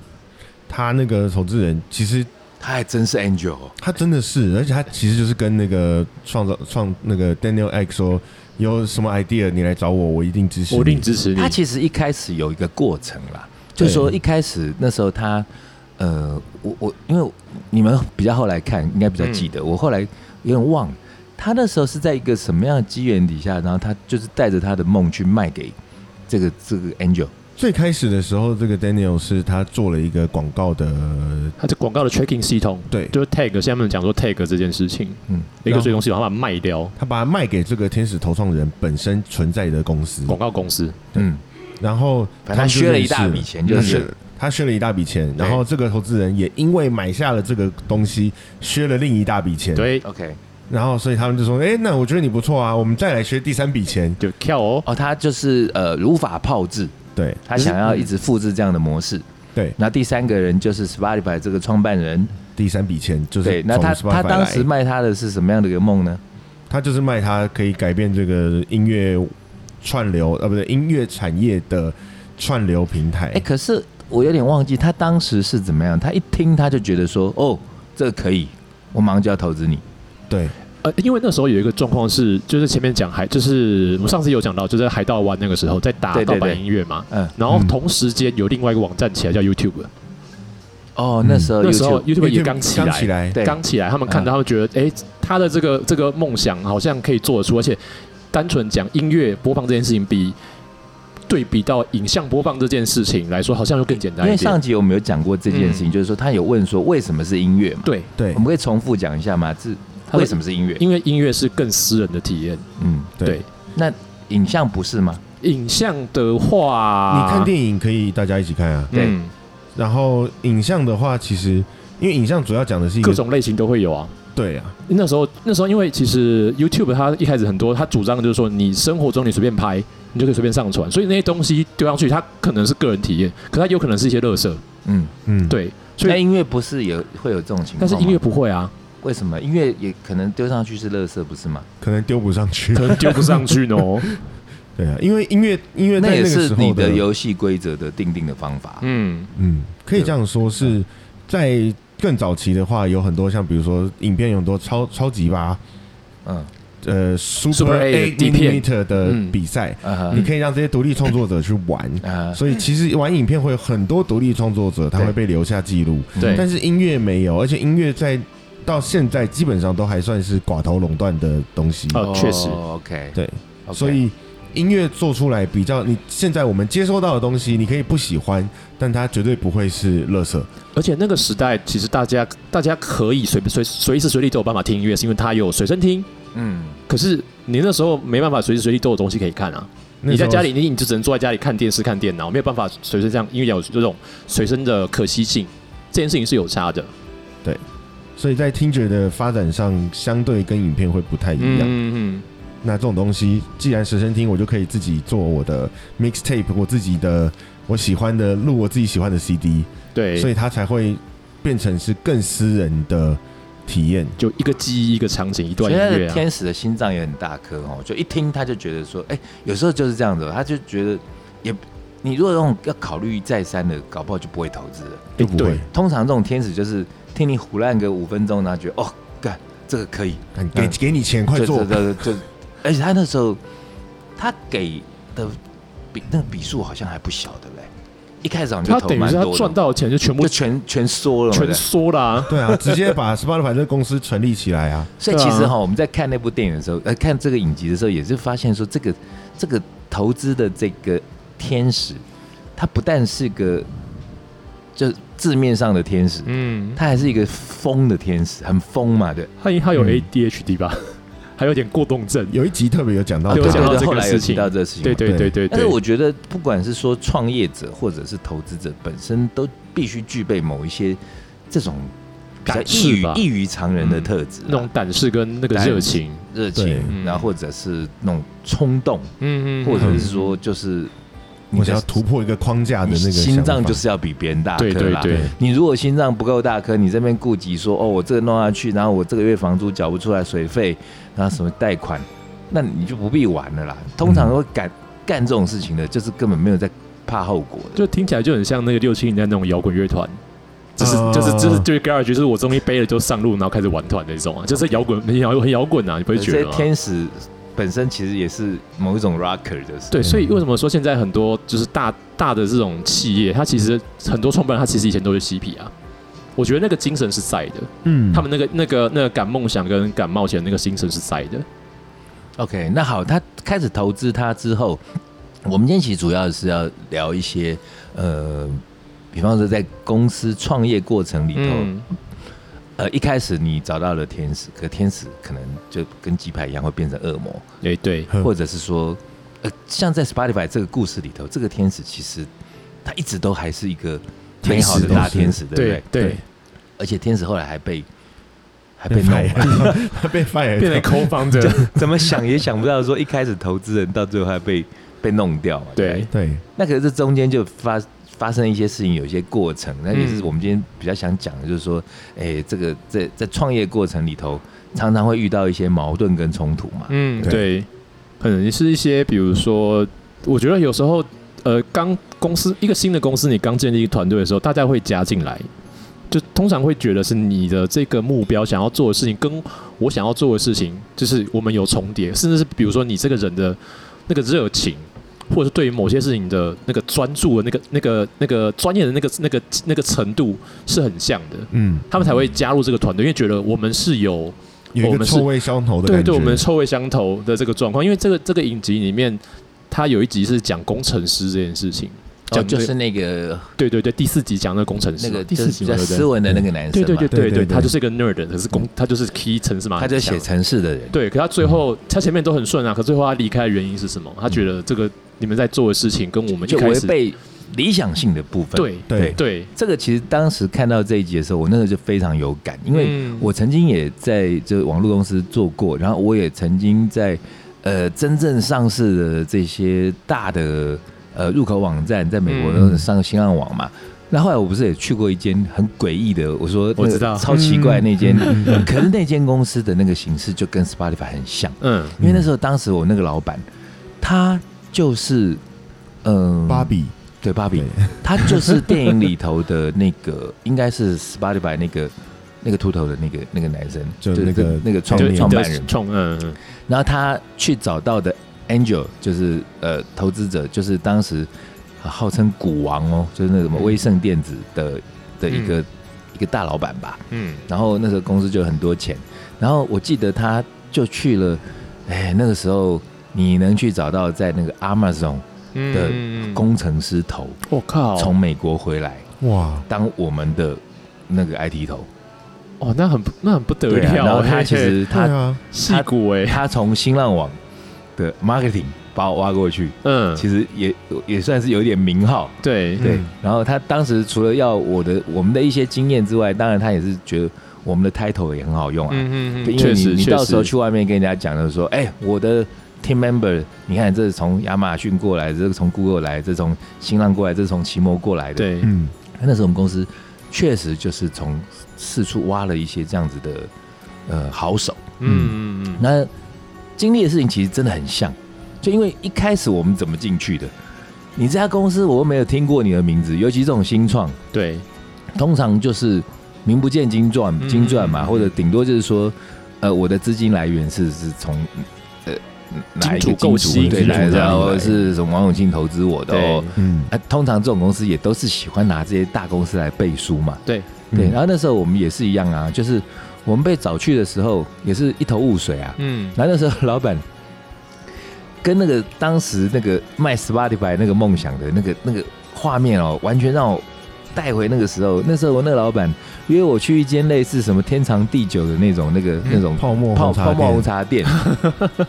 A: 他那个投资人其实
C: 他还真是 angel，哦
A: 他真的是，而且他其实就是跟那个创造创那个 Daniel X 说，有什么 idea 你来找我，我一定支持你。
B: 我一定支持你
C: 他。其实一开始有一个过程啦，就是说
A: 对
C: 一开始那时候他，呃，我我因为你们比较后来看，应该比较记得，我后来有点忘了，他那时候是在一个什么样的机缘底下，然后他就是带着他的梦去卖给这个这个 angel，
A: 最开始的时候，这个 Daniel 是他做了一个广告的，
B: 他这广告的 tracking 系统，
A: 对
B: 就是 tag，现在们讲说 tag 这件事情，
C: 嗯，
B: 一个追踪系统，他把它卖掉
A: 他把它卖给这个天使投创人本身存在的公司，
B: 广告公司，
C: 嗯，
A: 然后
C: 反正他削了一大笔钱，就
A: 他
C: 是
A: 削他削了一大笔钱，然后这个投资人也因为买下了这个东西，削了另一大笔钱，，
B: 对，
C: OK，
A: 然后所以他们就说，哎，那我觉得你不错啊，我们再来削第三笔钱，
B: 就跳哦，
C: 哦，他就是呃如法炮制，
A: 对
C: 他想要一直复制这样的模式。
A: 对，
C: 那第三个人就是 Spotify 这个创办人，
A: 第三笔钱就是
C: 对，那他
A: 从
C: 他
A: Spotify
C: 当时
A: 来
C: 卖他的是什么样的一个梦呢？
A: 他就是卖他可以改变这个音乐串流啊，不对，音乐产业的串流平台
C: 哎、，可是我有点忘记他当时是怎么样。他一听他就觉得说，哦，这个可以，我马上就要投资你。
A: 对，
B: 呃，因为那时候有一个状况是，就是前面讲海，就是我们上次有讲到，就在海盗湾那个时候在打
C: 对
B: 盗
C: 对
B: 版
C: 对
B: 音乐嘛，
C: 嗯，
B: 然后
A: 嗯
B: 同时间有另外一个网站起来叫 YouTube，
C: 哦，那时候
B: 那时候
C: YouTube，
B: YouTube 也
A: YouTube
B: 刚起
A: 刚起
B: 来，
A: 来，
C: 对
B: 刚起来，他们看到他们觉得，哎，他的这个这个梦想好像可以做得出，而且单纯讲音乐播放这件事情比。对比到影像播放这件事情来说，好像又更简
C: 因
B: 单一
C: 为
B: 点
C: 上。集我们有讲过这件事情，就是说他有问说为什么是音乐嘛？，
B: 对，
A: 对
C: 我们可以重复讲一下吗？这
B: 他说
C: 为什么是音乐？
B: 因为音乐是更私人的体验。
C: 嗯，
A: 对
B: 对。
C: 那影像不是吗？
B: 影像的话，
A: 你看电影可以大家一起看啊，
C: 对
B: 嗯
A: 然后影像的话，其实因为影像主要讲的是一
B: 各
A: 个
B: 种类型都会有啊。
A: 对啊，
B: 那时候，那时候因为其实 YouTube 它一开始很多，它主张的就是说，你生活中你随便拍，你就可以随便上传，所以那些东西丢上去，它可能是个人体验，可它有可能是一些垃圾，
C: 嗯，
A: 嗯，，
B: 对。所
C: 那
B: 以，
C: 音乐不是有会有这种情况吗？
B: 但是音乐不会啊，
C: 为什么音乐也可能丢上去是垃圾，不是吗？
A: 可能丢不上去
B: 可，能 丢不上去呢。哦
A: 对啊，因为音乐音乐在
C: 那也
A: 个
C: 是
A: 时
C: 你
A: 候
C: 的游戏规则的定定的方 法。
B: 嗯，
A: 嗯，可以这样说是在更早期的话，有很多像比如说影片有很多超超级吧，
C: 嗯
A: 呃
B: Super
A: Super
B: A
A: A
B: 底片
A: Millimeter 的
B: 嗯
A: 比赛，
C: 啊
A: 你可以让这些独立创作者去玩。
C: 啊，
A: 所以其实玩影片会有很多独立创作者，他
C: 对
A: 会被留下记录，
C: 嗯
B: 对
A: 但是音乐没有，而且音乐在到现在基本上都还算是寡头垄断的东西，
B: 哦确实
C: ，OK，
A: 对
C: OK
A: 所以音乐做出来比较，你现在我们接收到的东西，你可以不喜欢，但它绝对不会是垃圾。
B: 而且那个时代，其实大家大家可以随随随时随地都有办法听音乐，是因为它有随身听。
C: 嗯，
B: 可是你那时候没办法随时随地都有东西可以看啊，
A: 那
B: 你
A: 时
B: 在
A: 候
B: 家里，你你就只能坐在家里看电视、看电脑，没有办法随身这样，因为有这种随身的可惜性，这件事情是有差的。
A: 所以在听觉的发展上，相对跟影片会不太一样。
B: 嗯
A: 那这种东西，既然随身听，我就可以自己做我的 mixtape，我自己的我喜欢的录我自己喜欢的 CD，
B: 嗯，对，
A: 所
B: 所以
A: 以它才会变成是更私人的体验。
B: 就一个记忆、一个场景、一段
C: 现
B: 音
C: 在
B: 乐
C: 的
B: 啊。
C: 天使的心脏也很大颗哦，就一听他就觉得说，哎、有时候就是这样子，他就觉得也，你如果那种要考虑再三的，搞不好就不会投资了。
A: 就不会
B: 对，
C: 通常这种天使就是听你胡乱个五分钟，然后觉得哦，干这个 可以，
A: 看给
C: 嗯
A: 给你钱，快
C: 就
A: 做
C: 就！就就，而且他那时候他给的比那个笔数好像还不小，对不对？一开始好像
B: 他
C: 就投
B: 等于
C: 蛮
B: 是
C: 多
B: 他
C: 的
B: 赚到的钱就全部
C: 就全全缩了嘛，对不
B: 全
C: 对
B: 缩啦、
A: 对啊，直接把 Spotify 这个公司成立起来啊！
C: 所以
B: 对啊
C: 其实哈，我们在看那部电影的时候，呃，看这个影集的时候，也是发现说，这个这个投资的这个天使，它不但是个就字面上的天使，
B: 嗯，
C: 它还是一个疯的天使，很疯嘛，对。
B: 他他有
A: 嗯
B: ADHD 吧， 还有点过动症。
A: 有一集特别有讲到
B: 啊
A: 这
B: 有
A: 个，
B: 讲到
C: 对对
B: 这
C: 后
B: 个
C: 来有
B: 事
C: 提
B: 情
C: 到这个事情嘛，
B: 对对对对
C: 但是
B: 对，
C: 我觉得，不管是说创业者或者是投资者本身，都必须具备某一些这种比较
B: 胆识
C: 异于
B: 吧
C: 异于常人的
B: 嗯
C: 特质啊，
B: 那种胆识跟那个
C: 胆
B: 热情，
C: 热
A: 对
C: 情，
B: 嗯
C: 然后或者是那种冲动，
B: 嗯
C: 或者是说就是你
A: 我想要
C: 的
A: 突破一个框架的
C: 你
A: 那个
C: 心脏
A: 想法
C: 就是要比别人大颗
B: 对
C: 啦。
B: 对对，
C: 你如果心脏不够大颗，你这边顾及说哦，我这个弄下去，然后我这个月房租缴不出来，水费，然后什么贷
A: 嗯
C: 款，那你就不必玩了啦。通常会干干这种事情的，就是根本没有在怕后果的。
B: 就听起来就很像那个六七年代那种摇滚乐团，就是
A: 哦
B: 就是就是就是 garage，就是我终于背了就上路，然后开始玩团那种啊，就是摇滚 很摇很摇滚啊，你不会
C: 而
B: 觉
C: 且
B: 得吗？
C: 天使本身其实也是某一种 rocker 的，
B: 对，所以为什么说现在很多就是大大的这种企业，它其实很多创办人他其实以前都是嬉皮啊，我觉得那个精神是在的，
A: 嗯
B: 他们那个那个那个敢梦想跟敢冒险那个精神是在的，
C: OK，那好，他开始投资他之后，我们今天其实主要是要聊一些呃，比方说在公司创业过程里头，
B: 嗯，
C: 呃，一开始你找到了天使，可天使可能就跟鸡排一样会变成恶魔，
B: 哎、对，
A: 嗯
C: 或者是说，呃，像在 Spotify 这个故事里头，这个天使其实他一直都还是一个美好的
A: 天使
C: 大天使，对不对
B: 对？对，
C: 而且天使后来还被还被
A: 被
C: 弄
A: fire，
C: 了。
A: 被 fire
B: 变成
A: 掉
B: co founder，
C: 怎么想也想不到，说一开始投资人到最后还被被弄掉嘛。不
B: 对，
A: 对，
C: 那可是这中间就发发生一些事情，有一些过程，那也是
B: 嗯
C: 我们今天比较想讲的，就是说，哎、这个在在创业过程里头，常常会遇到一些矛盾跟冲突嘛。
B: 嗯，
A: 对
B: 对，可能是一些，比如说，我觉得有时候，呃，刚公司一个新的公司，你刚建立团队的时候，大家会加进来，就通常会觉得是你的这个目标想要做的事情，跟我想要做的事情，就是我们有重叠，甚至是比如说你这个人的那个热情。或者是对于某些事情的那个专注的那个、那个、那个专业的那个、那个、那个程度是很像的，
A: 嗯，
B: 他们才会加入这个团队，因为觉得我们是有
A: 有
B: 我
A: 一个
B: 们是
A: 臭味相投的感觉，
B: 对对，我们臭味相投的这个状况，因为这个这个影集里面，它有一集是讲工程师这件事情，
C: 就
B: 讲这
C: 哦就
B: 个
C: 是那个
B: 对对对，第四集讲那个工程师，
C: 那个
B: 第
C: 就
B: 四
C: 是
B: 集
C: 比
B: 嘛
C: 较
B: 对不
C: 斯
B: 对？
C: 文的那个男生
B: 对
C: 嘛，嗯
B: 对
A: 对
B: 对对
A: 对对
B: 对，他就是个 nerd，可是工他就是 key 城市嘛，
C: 他就写
B: 很强
C: 城市的人，
B: 对，可他最后他前面都很顺啊，可最后他离开的原因是什么？他觉
A: 嗯
B: 得这个你们在做的事情跟我们一
C: 就
B: 开
C: 违
B: 始
C: 背理想性的部分。
B: 对
A: 对
B: 对，
C: 这个其实当时看到这一集的时候，我那个就非常有感，因为
B: 嗯
C: 我曾经也在这网络公司做过，然后我也曾经在呃真正上市的这些大的呃入口网站，在美国
B: 嗯
C: 上新浪网嘛。那后来我不是也去过一间很诡异的，我说那
B: 我
C: 个
B: 知道
C: 超奇怪那间，
A: 嗯嗯
C: 可是那间公司的那个形式就跟 Spotify 很像，
B: 嗯
C: 因为那时候当时我那个老板，他就是嗯，
A: 芭比，
C: 对芭比
A: 对，
C: 他就是电影里头的那个， 应该是 Spotify 那个那个秃头的那个那个男生，
A: 就
C: 对
A: 那个
C: 对那个
A: 当
B: 就
C: 创
A: 年
C: 创
B: 你的
C: 办人。
B: 创嗯嗯
C: 然后他去找到的 Angel 就是呃投资者，就是当时呃号称股王哦，就是那个什么
A: 嗯
C: 威盛电子的的一个、一个大老板吧。
B: 嗯
C: 然后那时候公司就有很多钱，然后我记得他就去了，哎，那个时候你能去找到在那个 Amazon
B: 嗯
C: 的
B: 嗯哦
C: 工程师头
B: 我靠，
C: 从美国回来。
A: 哇，
C: 当我们的那个 IT 头，
B: 哦那很不那很不得
C: 啊，然
B: 了
C: 后
B: 欸，
C: 他其
A: 对
C: 实他
A: 啊，
B: 戏骨哎，
C: 他从新浪网的 marketing 把我挖过去，
B: 嗯，
C: 其实也也算是有点名号。
B: 对，
A: 嗯
C: 对，然后他当时除了要我的我们的一些经验之外，当然他也是觉得我们的 title 也很好用啊，
B: 嗯
C: 对因为
B: 确
C: 你
B: 实，
C: 你
B: 确
C: 到时候
B: 实
C: 去外面跟人家讲的说，哎、我的 team member，你看这是从亚马逊过来，这是从 Google 来，这是从新浪过来，这是从奇摩过来的，
B: 对，
A: 嗯，
C: 那时候我们公司确实就是从四处挖了一些这样子的呃好手。
B: 嗯嗯嗯，
C: 那经历的事情其实真的很像，就因为一开始我们怎么进去的？你这家公司我又没有听过你的名字，尤其这种新创，
B: 对，
C: 通常就是名不见经传，
B: 嗯
C: 经传嘛，
B: 嗯
C: 或者顶多就是说，呃，我的资金来源是是从呃哪一个
B: 金主购
C: 金
B: 吸
C: 主对
B: 金主
C: 来
B: 这
C: 的，
B: 样
C: 然
B: 子
C: 后
B: 来
C: 是什么王永庆投资我的哦
B: 对。
A: 嗯，
C: 啊，通常这种公司也都是喜欢拿这些大公司来背书嘛。对，然
A: 后
C: 后那时候我们也是一样啊，就是我们被找去的时候也是一头雾水啊。
B: 嗯，
C: 然后那时候老板跟那个当时那个卖 Spotify 那个梦想的那个那个画面哦，完全让我带回那个时候。那时候我那个老板约我去一间类似什么天长地久的那种那个那种
A: 泡沫
C: 泡
A: 红茶
C: 嗯泡沫
A: 店
C: 红茶店，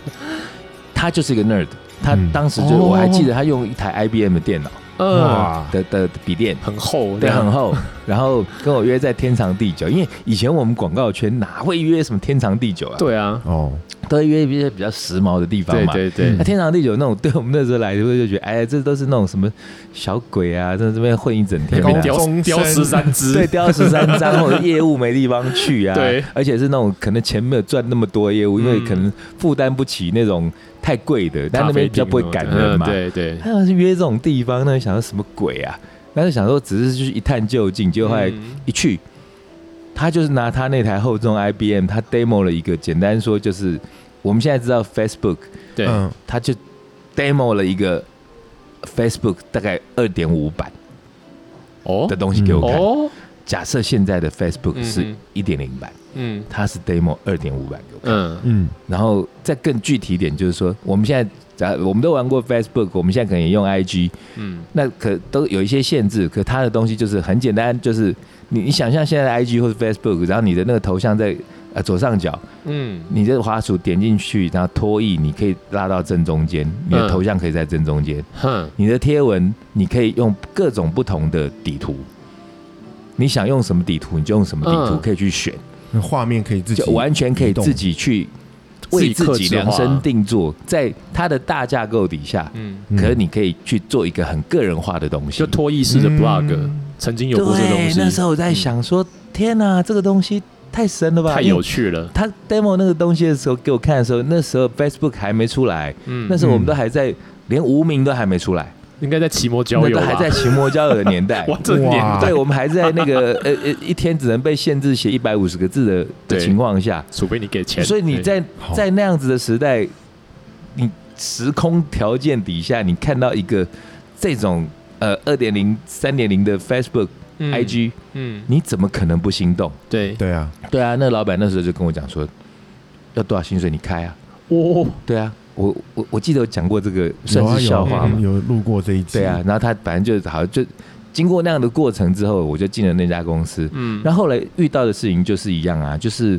C: 他就是一个 nerd。他
A: 嗯
C: 当时就
B: 哦
C: 我还记得他用一台 IBM 的电脑
B: 呃，
A: 哇，
C: 的的的笔电，
B: 很厚，
C: 对，很
B: 厚，
C: 厚。然后跟我约在天长地久，因为以前我们广告圈哪会约什么天长地久啊？，
B: 对啊，
A: 哦，
C: 都会约一些比较时髦的地方
B: 对
C: 嘛。
B: 对对
C: 那、，天长地久那种，对我们那时候来的时候就觉得，哎，这都是那种什么小鬼啊，在这边混一整
A: 对
C: 天
B: 那
A: 高
B: 边
C: 的。
B: 雕
A: 中
B: 雕
A: 山
B: 十三只，
C: 嗯对，雕十三张或者业务没地方去 啊，
B: 对，
C: 而且是那种可能钱没有赚那么多的业务，因为
B: 嗯
C: 可能负担不起那种太贵的，但那边比较不会赶人嘛。
B: 嗯对对，
C: 他要是约这种地方呢，想说什么鬼啊？但是想说只是去一探究竟，结果后来
B: 嗯
C: 一去，他就是拿他那台厚重 IBM，他 demo 了一个，简单说就是我们现在知道 Facebook，
B: 对，
A: 嗯，
C: 他就 demo 了一个 Facebook 大概二点五版
B: 哦
C: 的东西给我看。
B: 哦，
C: 假设现在的
B: 嗯
C: Facebook 是一点零版，
B: 嗯
C: 它是 demo 二点五版给我看。
B: 嗯
A: 嗯，
C: 然后再更具体一点，就是说我们现在。假我们都玩过 Facebook，我们现在可能也用 IG，
B: 嗯，
C: 那可都有一些限制，可它的东西就是很简单，就是你你想象现在的 IG 或者 Facebook，然后你的那个头像在呃左上角，
B: 嗯
C: 你这个滑鼠点进去，然后拖曳，你可以拉到正中间，你的
B: 嗯
C: 头像可以在正中间，
B: 哼，
C: 你的贴文你可以用各种不同的底图，你想用什么底图你就用什么底图，
B: 嗯
C: 可以去选，
A: 那画面可以自己
C: 就完全可以
A: 移动
C: 自己去
B: 自
C: 为
B: 己
C: 自
B: 克
C: 己
B: 制
C: 量
B: 化
C: 身定做，在它的大架构底下，
B: 嗯，
A: 嗯
C: 可是你可以去做一个很个人化的东西，
B: 就脱衣式的 blog，
A: 嗯
B: 曾经有
C: 对，
B: 过这个东西，嗯
C: 那时候我在想说，天哪、这个东西太神了吧！
B: 太
C: 因为
B: 有趣了，
C: 他 demo 那个东西的时候给我看的时候，那时候 Facebook 还没出来，
B: 嗯，
C: 那时候我们都还在，连无名都还没出来，
B: 应该在期末交
C: 那
B: 友
C: 都
B: 吧
C: 还在期末交友的年代。
B: 哇，这年
A: 哇
B: 代
C: 对，，我们还在那个呃呃，一天只能被限制写一百五十个字的的
B: 对
C: 情况下，
B: 除非你给钱，
C: 所以你在
A: 好
C: 在那样子的时代，你时空条件底下，你看到一个这种呃二点零、三点零的 Facebook、
B: 嗯
C: IG，
B: 嗯，
C: 你怎么可能不心动？
B: 对，
A: 对啊，
C: 对啊，那老板那时候就跟我讲说，要多少薪水你开啊？
B: 哦，
C: 对啊，我我我记得我讲过这个
A: 有
C: 算
A: 啊
C: 是笑话
A: 有
C: 嘛。
A: 有路过这一集，
C: 对啊，，然后他反正就是好像就经过那样的过程之后，我就进了那家公司。
B: 嗯，
C: 然
B: 后
C: 后后来遇到的事情就是一样啊，就是，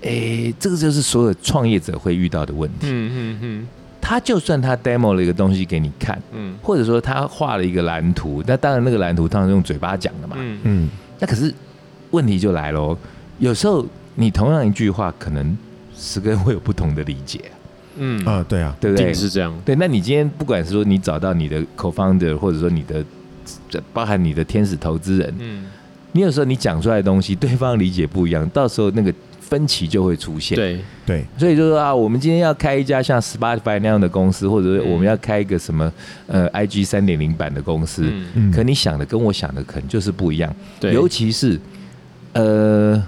C: 诶，这个就是所有创业者会遇到的问题。
B: 嗯嗯嗯
C: 他就算他 demo 了一个东西给你看，
B: 嗯
C: 或者说他画了一个蓝图，那当然那个蓝图当然用嘴巴讲的嘛。
B: 嗯嗯，
A: 嗯，
C: 那可是问题就来喽，有时候你同样一句话，可能十个人会有不同的理解，
B: 嗯
A: 啊，对啊，
B: 一
C: 对不对
B: 定？是这样，
C: 对，那你今天不管是说你找到你的 co-founder，或者说你的这包含你的天使投资人，
B: 嗯，
C: 你有时候你讲出来的东西，对方理解不一样，到时候那个分歧就会出现。，
B: 对，
A: 对，
C: 所以就说啊，我们今天要开一家像 Spotify 那样的公司，或者
B: 嗯
C: 我们要开一个什么呃 IG 三点零版的公司，
B: 嗯，
A: 嗯，
C: 可你想的跟我想的可能就是不一样。
B: 对，
C: 尤其是呃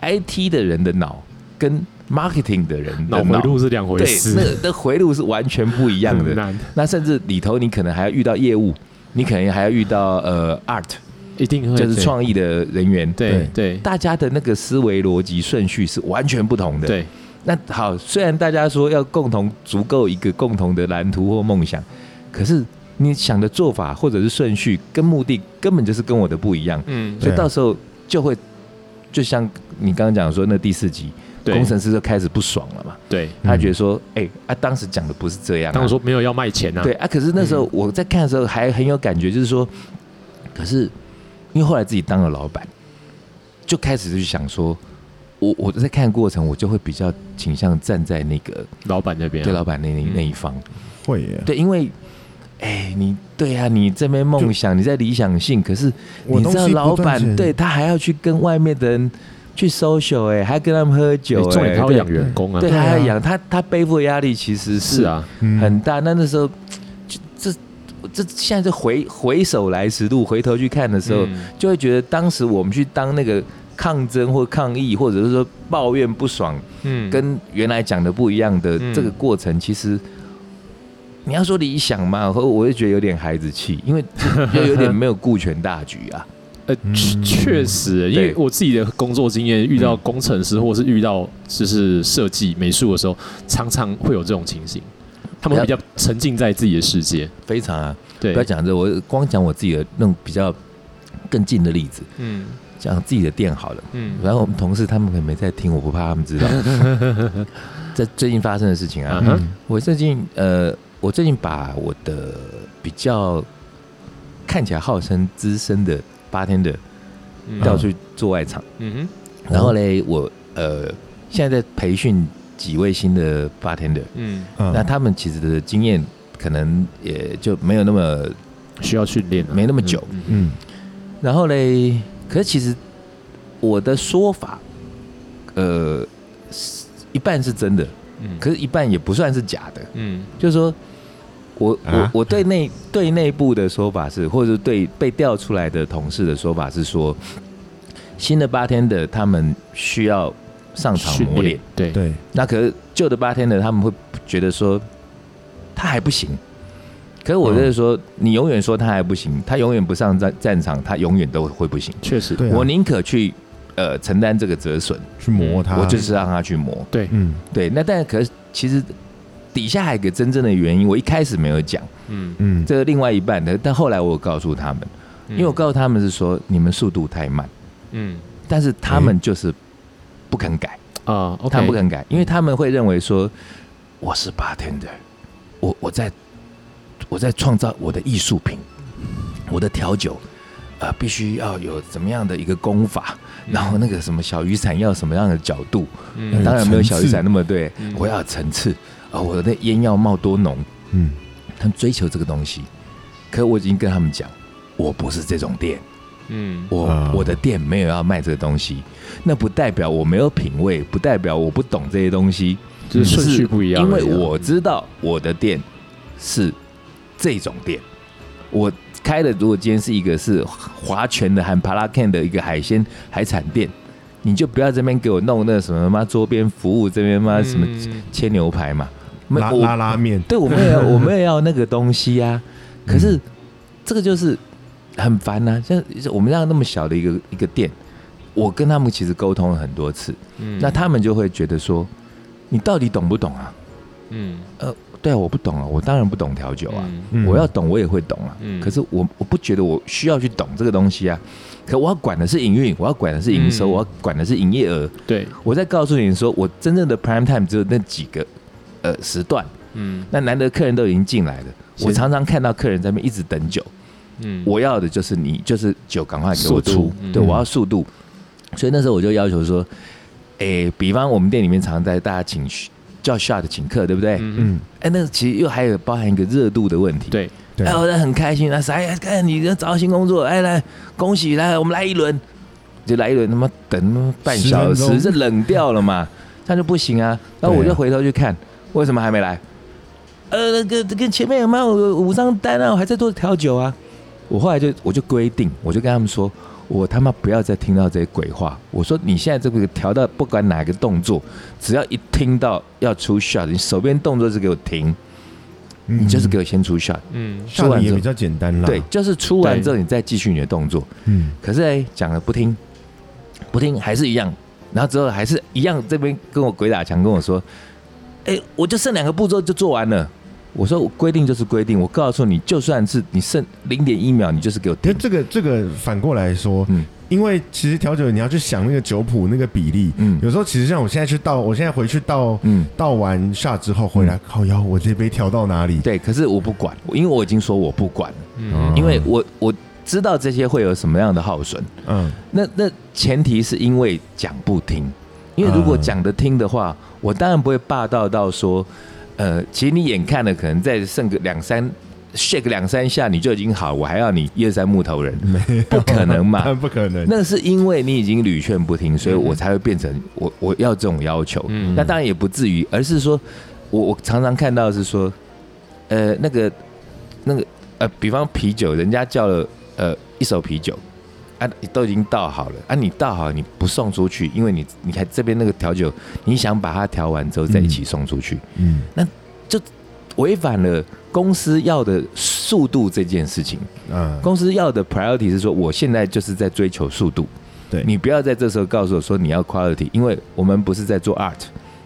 C: IT 的人的脑跟 marketing 的人的
B: 脑回路是两回
C: 对，那
B: 事，嗯
C: 个的回路是完全不一样
B: 很
C: 的。
B: 难，
C: 那甚至里头你可能还要遇到业务，你可能还要遇到呃 art，
B: 一定会
C: 就是，创意的人员。
B: 对对
C: 大家的那个思维逻辑顺序是完全不同的。，
B: 对，
C: 那好，虽然大家说要共同足够一个共同的蓝图或梦想，可是你想的做法或者是顺序跟目的根本就是跟我的不一样。
B: 嗯，
C: 所以
A: 对啊
C: 到时候就会，就像你刚刚讲说那第四集，
B: 对
C: 工程师就开始不爽了嘛，
B: 对，
A: 嗯
C: 他觉得说，哎、啊，当时讲的不是这样、啊，
B: 当时说没有要卖钱啊，
C: 对，啊，可是那时候我在看的时候还很有感觉，就是说，可是因为后来自己当了老板，就开始就想说，我我在看的过程，我就会比较倾向站在那个
B: 老板那边啊，
C: 对老板那那
B: 嗯
C: 那一方，
A: 会耶，
C: 对，因为。哎，你对啊，你这边梦想，你在理想性，可是
A: 我
C: 你
A: 东
C: 知
A: 西
C: 道老
A: 不赚
C: 板
A: 钱
C: 对，他还要去跟外面的人去 social，哎、还要跟他们喝酒、
B: 重
C: 哎，
B: 点他要
C: 对
B: 养员工啊，
C: 对，
A: 对
C: 他
A: 啊
C: 要养他，他背负的压力其实
B: 是啊，
A: 嗯
C: 很大。那那时候，就这这现在这回回首来时路，回头去看的时候，
B: 嗯
C: 就会觉得当时我们去当那个抗争或抗议，或者是说抱怨不爽，
B: 嗯，
C: 跟原来讲的不一样的
B: 嗯
C: 这个过程，其实。你要说理想嘛，和我就觉得有点孩子气，因为 又有点没有顾全大局啊。
B: 呃，确
A: 嗯
B: 确实，因为
C: 对
B: 我自己的工作经验，遇到工程师或是遇到就是设计美术的时候，常常会有这种情形，他们会比较沉浸在自己的世界。
C: 非常啊，
B: 对
C: 不要，讲这，我光讲我自己的那种比较更近的例子，
B: 嗯
C: 讲自己的店好了。
B: 嗯
C: 然后我们同事他们可能没在听，我不怕他们 知道。在最近发生的事情啊，
B: 嗯哼
C: 我最近呃，我最近把我的比较看起来号称资深的八天的
B: 嗯
C: 调去做外场，
B: 嗯
C: 然后嘞，我呃现在在培训几位新的 bartender，、
B: 嗯，
C: 那
A: 嗯，
C: 他们其实的经验可能也就没有那么
B: 需要训练、啊，
C: 没那么久
B: 嗯，嗯
A: 嗯
C: 然后嘞，可是其实我的说法，呃，是一半是真的，
B: 嗯，
C: 可是一半也不算是假的。
B: 嗯
C: 就是说我我
A: 啊
C: 我对内对内部的说法是，或者是对被调出来的同事的说法是说，新的八天的他们需要上场
B: 训
C: 磨练
B: 练，，对，
A: 对，
C: 那可是旧的八天的他们会觉得说他还不行。可是我就是说，你永远说他还不行，他永远不上战战场，他永远都会不行。
B: 确实，
A: 对啊啊
C: 我宁可去呃承担这个折损，
A: 去磨它，
C: 我就是让他去磨。
B: 对，
A: 嗯
C: 对，那但可是其实底下还有一个真正的原因，我一开始没有讲，
B: 嗯，
A: 嗯，
C: 这个另外一半的，但后来我有告诉他们，因为我告诉他们是说你们速度太慢，
B: 嗯
C: 但是他们就是不肯改，
B: 啊，OK，
C: 他们不肯改，因为他们会认为说我是 bartender，我我在我在创造我的艺术品，我的调酒。呃，必须要有怎么样的一个功法，
B: 嗯
C: 然后那个什么小雨伞要什么样的角度，
B: 嗯
C: 当然没有小雨
A: 层
C: 伞
A: 次
C: 那么对
B: 嗯，
C: 我要有层次啊，我的烟要冒多浓，
A: 嗯
C: 他们追求这个东西。可我已经跟他们讲，我不是这种店，
B: 嗯
C: 我、
A: 啊
C: 我的店没有要卖这个东西，那不代表我没有品味，不代表我不懂这些东西，
B: 就是顺序不一样
C: 因
B: 而
C: 为
B: 已啊，
C: 我知道我的店是这种店，我开的如果今天是一个是划拳的、含帕拉 can 的一个海鲜海产店，你就不要这边给我弄那什么妈桌边服务这边妈什么
B: 嗯
C: 切牛排嘛，没
A: 拉
C: 我
A: 拉拉面，
C: 对，我们也要我们也要那个东西啊。可是这个就是很烦呐、像我们让那么小的一个一个店，我跟他们其实沟通了很多次，
B: 嗯
C: 那他们就会觉得说，你到底懂不懂啊？
B: 嗯
C: 对啊，我不懂啊，我当然不懂调酒啊，
B: 嗯
A: 嗯
C: 我要懂我也会懂啊。
B: 嗯
C: 可是我我不觉得我需要去懂这个东西啊。可我要管的是营运，我要管的是营收，
B: 嗯
C: 我要管的是营业额。
B: 对，
C: 我在告诉你说，我真正的 prime time 只有那几个呃时段，
B: 嗯
C: 那难得客人都已经进来了，
B: 是
C: 我常常看到客人在那边一直等酒。
B: 嗯
C: 我要的就是你，就是酒赶快给我
B: 速度
C: 出，
B: 嗯
C: 对我要速度。所以那时候我就要求说，诶、比方我们店里面常在大家请叫 shot 请客，对不对？哎、
B: 嗯
A: 嗯
C: 那其实又还有包含一个热度的问题。，
B: 对，
A: 对
C: 哎，我那很开心，那啥，哎，看你这找到新工作，哎，来恭喜，来我们来一轮，就来一轮，他妈等他妈半小
A: 10
C: 时，
A: 分钟
C: 这冷掉了嘛，这样就不行啊。然后我
A: 对啊
C: 就回头去看，为什么还没来？呃，那个跟前面有没有五张单啊？我还在做调酒啊。我后来就我就规定，我就跟他们说，我他妈不要再听到这些鬼话。我说你现在这个调到不管哪个动作，只要一听到要出 shot，你手边动作就给我停，
A: 嗯
C: 你就是给我先出 shot。
B: 嗯
A: 下的也比较简单啦，
C: 对，就是出完之后你再继续你的动作。
A: 嗯
C: 可是哎，讲了不听，不听还是一样，然后之后还是一样，这边跟我鬼打墙跟我说，哎，我就剩两个步骤就做完了。我说我规定就是规定，我告诉你，就算是你剩零点一秒，你就是给我
A: 可
C: 停
A: 是。这个这个反过来说，
C: 嗯
A: 因为其实调酒你要去想那个酒谱那个比例，
C: 嗯
A: 有时候其实像我现在去倒，我现在回去倒
C: 嗯，
A: 倒完下之后回来，靠腰，我这杯调到哪里？
C: 对。可是我不管，因为我已经说我不管了，
B: 嗯
C: 因为我我知道这些会有什么样的耗损。
A: 嗯，
C: 那那前提是因为讲不听，因为如果
A: 嗯
C: 讲得听的话，我当然不会霸道到说，呃，其实你眼看了可能再剩个两三 shake 两三下你就已经好，我还要你一二三木头人，不可能嘛
A: 但。不可能，
C: 那是因为你已经屡劝不听，所以我才会变成我我要这种要求。
B: 嗯
C: 那当然也不至于，而是说我我常常看到的是说，呃，那个那个呃，比方啤酒，人家叫了呃一手啤酒，啊，都已经倒好了，啊，你倒好你不送出去，因为你你看这边那个调酒，你想把它调完之后再一起送出去，
A: 嗯
C: 违反了公司要的速度这件事情。
A: 啊，
C: 公司要的 priority 是说，我现在就是在追求速度。
A: 对
C: 你不要在这时候告诉我说你要 quality，因为我们不是在做 art。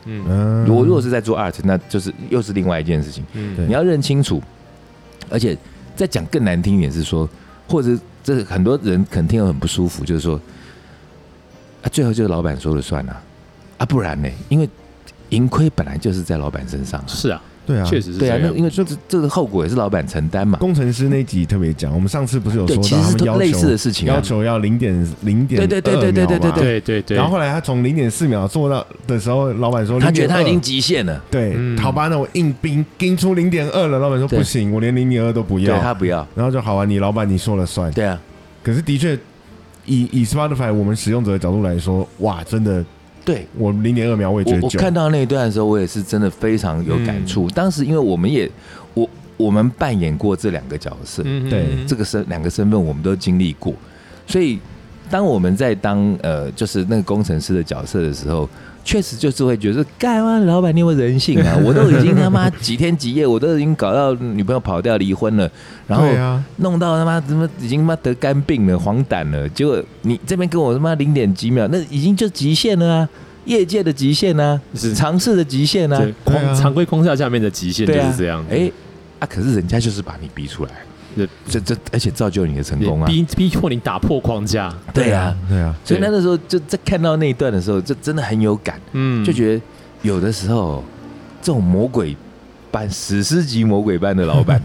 B: 嗯
A: 嗯
C: 我如果是在做 art，那就是又是另外一件事情。
B: 嗯
A: 对
C: 你要认清楚，而且再讲更难听一点是说，或者这个很多人肯定很不舒服，就是说，啊，最后就是老板说了算啊，啊，不然呢？因为盈亏本来就是在老板身上啊，
B: 是啊，
A: 对啊，
B: 确实是这
C: 对啊，那
B: 样。
C: 因为这这个后果也是老板承担嘛。
A: 工程师那集特别讲，我们上次不是有
C: 对，
A: 说
C: 其
A: 到
C: 实
A: 他
C: 是
A: 们
C: 都
A: 要
C: 类似
A: 求
C: 的事情
A: 要
C: 啊。
A: 求要零点零点
C: 对对对对对对对
B: 对对对，
A: 然后后来他从零点四秒做到的时候，老板说
C: 他觉得他已经
A: 0.2
C: 极限了，
A: 对，
B: 嗯
A: 好吧，那我硬冰冰出零点二了。老板说
C: 对
A: 不行，我连零点二都不
C: 对
A: 要。
C: 他不要，
A: 然后就好啊，你老板你说了算。
C: 对啊，
A: 可是的确，以以 Spotify 我们使用者的角度来说，哇，真的，
C: 对。
A: 我零点二秒我也觉
C: 我
A: 得
C: 我
A: 久。
C: 看到那一段的时候，我也是真的非常有
A: 嗯
C: 感触。当时因为我们也我我们扮演过这两个角色，
B: 嗯
A: 对
C: 这个身两个身份我们都经历过，所以当我们在当呃就是那个工程师的角色的时候，确实就是会觉得干嘛老板你有没有人性啊？我都已经他妈几天几夜，我都已经搞到女朋友跑掉离婚了，然后
A: 对啊，
C: 弄到他妈怎么已经妈得肝病了、黄疸了，结果你这边跟我他妈零点几秒，那已经就极限了啊，业界的极限啊，
B: 是
C: 尝试的极限啊，
B: 对
A: 对啊
B: 框常规框架下面的极限就
C: 对啊
B: 是这样，
C: 哎。啊！可是人家就是把你逼出来
B: 对，
C: 这这而且造就你的成
B: 你
C: 功啊！
B: 逼逼迫你打破框架，
C: 对啊，，
A: 对啊，
C: 所以那个时候就在看到那一段的时候，就真的很有感，
B: 嗯，
C: 就觉得有的时候这种魔鬼般、史诗级魔鬼般的 老板，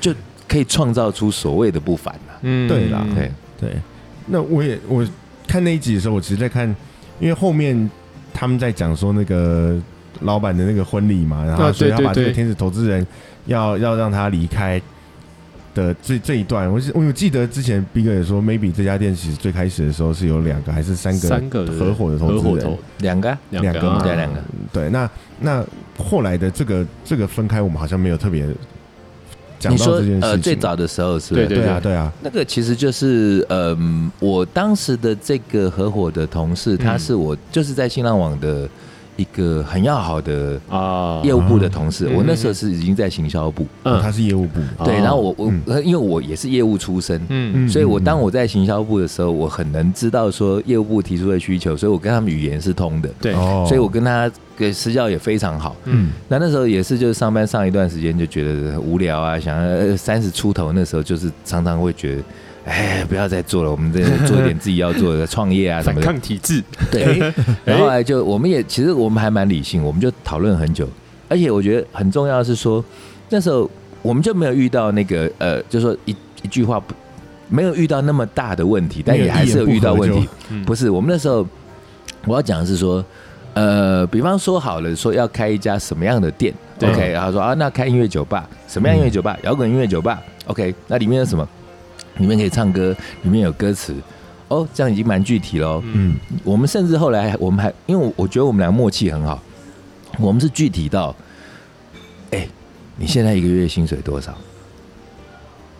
C: 就可以创造出所谓的不凡呐、
B: 嗯，
A: 对啦
C: 对，
A: 对。那我也我看那一集的时候，我其实在看，因为后面他们在讲说那个老板的那个婚礼嘛，然后
B: 啊
A: 所以他
B: 对对
A: 把这个
B: 对
A: 天使投资人要要让他离开的这这一段，我是我有记得之前 B 哥也说，maybe 这家店其实最开始的时候是有两个还是三个
B: 三个人
A: 合伙的投
B: 嗯合
A: 资
B: 伙
A: 人
B: 投，
C: 两个啊
B: 两
A: 两个嘛
B: 啊
C: 对啊两个，
A: 对，那那后来的这个这个分开，我们好像没有特别讲
C: 你
A: 到
C: 说
A: 这件事情。
C: 呃最早的时候是不是？
B: 对
A: 对啊对啊，
C: 那个其实就是，嗯、我当时的这个合伙的同事，他
B: 嗯
C: 是我就是在新浪网的一个很要好的
B: 啊，
C: 业务部的同事，
B: 嗯
C: 我那时候是已经在行销部，
A: 哦他是业务部的，
B: 哦
C: 对，然后我我、
A: 嗯
C: 呃因为我也是业务出身，
B: 嗯
A: 嗯
C: 所以我当我在行销部的时候，我很能知道说业务部提出的需求，所以我跟他们语言是通的，
B: 对，
A: 哦
C: 所以我跟他跟私教也非常好。
B: 嗯
C: 那那时候也是就是上班上一段时间就觉得很无聊啊，想要三十出头那时候就是常常会觉得。哎，不要再做了，我们这做一点自己要做的，创业啊什
B: 反
C: 么的。
B: 抗体制，
C: 对，然后后来就我们也其实我们还蛮理性，我们就讨论很久，而且我觉得很重要的是说，那时候我们就没有遇到那个呃，就说一一句话不没有遇到那么大的问题，但也还是有遇到问
A: 没有一
C: 题
A: 言。
B: 嗯
C: 不是我们那时候我要讲的是说，呃，比方说好了，说要开一家什么样的店
B: 对
C: ，OK，然后说啊，那开音乐酒吧，什么样音乐酒吧？摇滚音乐酒吧，OK，那里面有什么？里面可以唱歌，里面有歌词，哦，这样已经蛮具体喽。
A: 嗯
C: 我们甚至后来还我们还，因为我我觉得我们俩默契很好，我们是具体到，哎、你现在一个月薪水多少？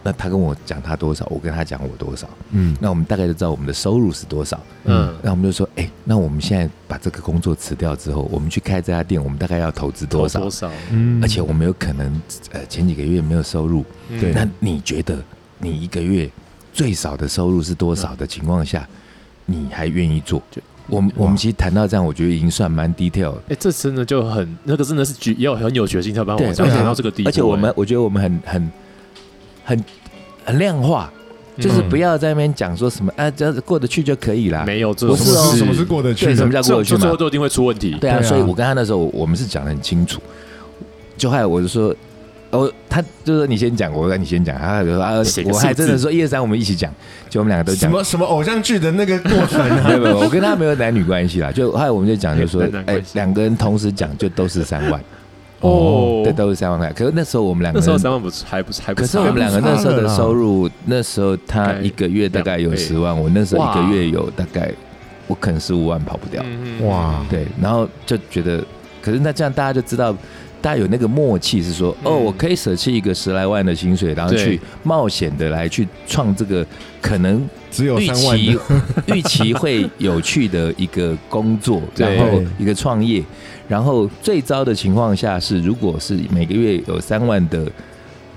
C: 那他跟我讲他多少，我跟他讲我多少，
A: 嗯
C: 那我们大概就知道我们的收入是多少。
B: 嗯
C: 那我们就说，哎、那我们现在把这个工作辞掉之后，我们去开这家店，我们大概要投资多少？
B: 多少？
A: 嗯
C: 而且我们有可能，呃，前几个月没有收入，
B: 嗯
A: 对
C: 那你觉得你一个月最少的收入是多少的情况下，你还愿意做
B: 就？
C: 我们我
A: 哇
C: 们其实谈到这样，我觉得已经算蛮 detail 了。
B: 哎，这真的就很那个真的是决要很有决心才把
C: 对啊
B: 往上
A: 而且
B: 谈到这个地步，哎
C: 而且我们，我觉得我们很很很很量化，
B: 哎
C: 就是
B: 嗯
C: 不要在那边讲说什么啊，只要过得去就可以啦。
B: 没有这
C: 不
B: 种
C: 是哦
B: 事
A: 什么是过得去
C: 对，
A: 的？
C: 什么叫
B: 这种
C: 过得去
B: 就最
C: 嘛
B: 后？都一定会出问题，
C: 对啊，
A: 对啊
C: 所以我跟他那时候，我们是讲的很清楚。就后来我就说，哦，他就说你先讲，我说你先讲，他就说啊
B: 写，个
C: 我还
B: 数字
C: 真的说一二三，我们一起讲，就我们两个都
A: 什
C: 讲
A: 么什么偶像剧的那个过程
C: 没有
A: 啊？
C: 没有，我跟他没有男女关系啦，就后来我们就讲，就说
B: 没有男，女
C: 哎
B: 关，系
C: 两个人同时讲就都是三万，
B: 哦，
C: 对，都是三万块。可是那时候我们两个
B: 那时候
C: 人，
B: 三万不是还不是还不
C: 可是
B: 差
C: 我们两个那时候的收入，那时候
B: 大
C: 他
B: 概
C: 一个月大概有
B: 两倍
C: 十万，我那时候一
B: 哇
C: 个月有大概，我可能十五万跑不掉，
B: 嗯
A: 哇
C: 对，然后就觉得，可是那这样大家就知道。大家有那个默契，是说哦，
B: 嗯
C: 我可以舍弃一个十来万的薪水，然后
B: 对
C: 去冒险的来去创这个可能
A: 只有
C: 预
A: 三万
C: 期
A: 的，
C: 预期会有趣的一个工作，
B: 对
C: 然后一个创业，然后最糟的情况下是，如果是每个月有三万的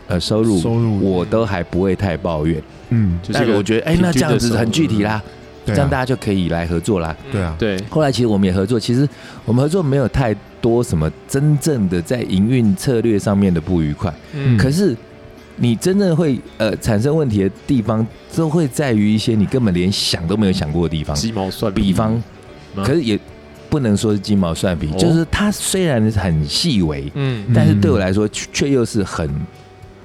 C: 呃收入，
A: 收入
C: 我都还不会太抱怨。
A: 嗯，
B: 就是
C: 但
B: 一个
C: 我觉得，哎、那这样子很具体啦，
B: 嗯
A: 对啊，
C: 这样大家就可以来合作啦。
A: 对啊
B: 对，
C: 后来其实我们也合作，其实我们合作没有太多什么真正的在营运策略上面的不愉快，
B: 嗯
C: 可是你真正会呃产生问题的地方，都会在于一些你根本连想都没有想过的地方。
B: 嗯鸡毛蒜皮，
C: 比方，
B: 嗯
C: 可是也不能说是鸡毛蒜皮，
B: 哦
C: 就是它虽然很细微，
B: 嗯
C: 但是对我来说却却又是很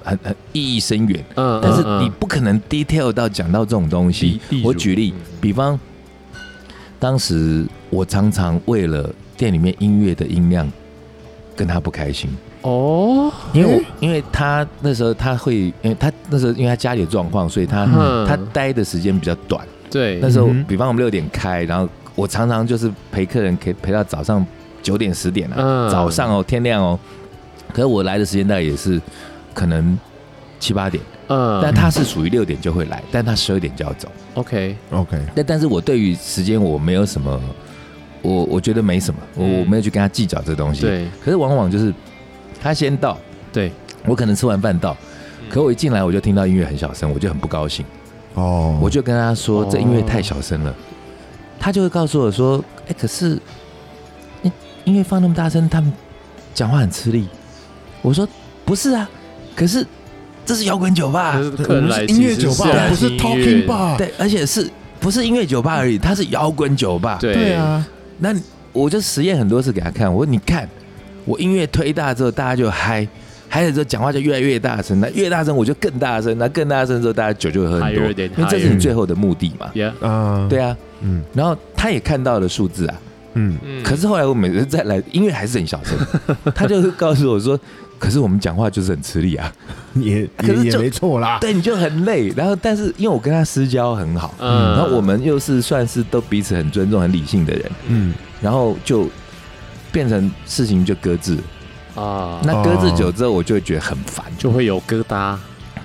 C: 很很意义深远。
B: 嗯，
C: 但是你不可能 detail 到讲到这种东西。
B: 你
C: 我举例，比方，当时我常常为了店里面音乐的音量跟他不开心，
B: 哦，
C: 因为我、因为他那时候他会，因为他那时候因为他家里的状况，所以他、
B: 嗯
C: 他待的时间比较短。
B: 对，
C: 那时候
A: 嗯哼
C: 比方我们六点开，然后我常常就是陪客人陪陪到早上九点十点啊，
B: 嗯
C: 早上哦天亮哦，可是我来的时间大概也是可能七八点。
B: 嗯，
C: 但他是属于六点就会来，但他十二点就要走。
B: OK，
A: OK，
C: 但但是我对于时间我没有什么，我我觉得没什么，我
B: 嗯
C: 我没有去跟他计较这东西。。
B: 对
C: 可是往往就是他先到，
B: 对，嗯
C: 我可能吃完饭到，可我一进来我就听到音乐很小声，我就很不高兴，
A: 哦，
C: 我就跟他说
B: 哦
C: 这音乐太小声了，他就会告诉我说，哎，可是你音乐放那么大声，他们讲话很吃力。我说不是啊，可是这是摇滚酒吧啊、
B: 就是客人来
A: 音乐酒
B: 其实
A: 吧，
B: 来
A: 不是
B: 听音乐
A: talking bar，
C: 对，而且是不是音乐酒吧而已？它是摇滚酒吧。，
B: 对
A: 对，啊，
C: 那我就实验很多次给他看，我说你看，我音乐推大之后，大家就嗨，嗨了之后讲话就越来越大声，那越大声我就更大声，那更大声之后大家酒就会喝很多，
B: Higher
C: 因
B: than
C: 为这是你
A: higher
C: 最后的目的嘛。
B: Yeah，
A: 啊，
C: 对，啊，
A: 嗯
C: 然后他也看到了数字啊，
A: 嗯，
B: 嗯
C: 可是后来我每次再来，音乐还是很小 声，他就告诉我说，可是我们讲话就是很吃 力啊，
A: 也
C: 可
A: 也
C: 是
A: 也
C: 就
A: 没错啦，
C: 对，你就很累。然后但是因为我跟他私交很好，
B: 嗯
C: 然后我们又是算是都彼此很尊重、很理性的人，
A: 嗯，
C: 然后就变成事情就搁置。
B: 啊，那
C: 那搁置久之后，我就会觉得很烦。
B: 就会有疙瘩，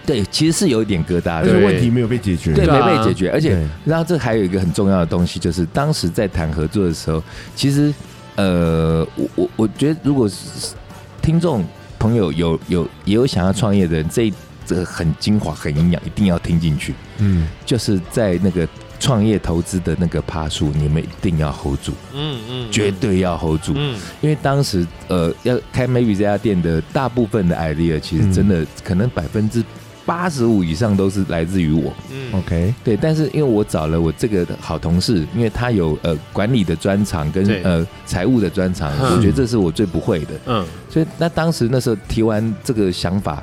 C: 对，其实是有一点疙瘩
A: 但
C: 的，
A: 是
B: 对
A: 问题没有被解决，
C: 对，
B: 对啊
C: 没被解决。而且
A: 对，
C: 然后这还有一个很重要的东西，就是当时在谈合作的时候，其实呃，我我我觉得，如果是听众朋友有有也有想要创业的人，这一这很精华、很营养，一定要听进去。
A: 嗯，
C: 就是在那个创业投资的那个趴数，你们一定要 hold 住，
B: 嗯嗯
C: 绝，对要 hold 住，
B: 嗯
C: 因为当时呃要开 Maybe 这家店的大部分的 idea，其实
B: 嗯
C: 真的可能百分之八十五以上都是来自于我，
B: 嗯
A: OK，
C: 对，但是因为我找了我这个好同事，因为他有呃管理的专长跟
B: 对
C: 呃财务的专长，
B: 嗯
C: 我觉得这是我最不会的，
B: 嗯，
C: 所以那当时那时候提完这个想法，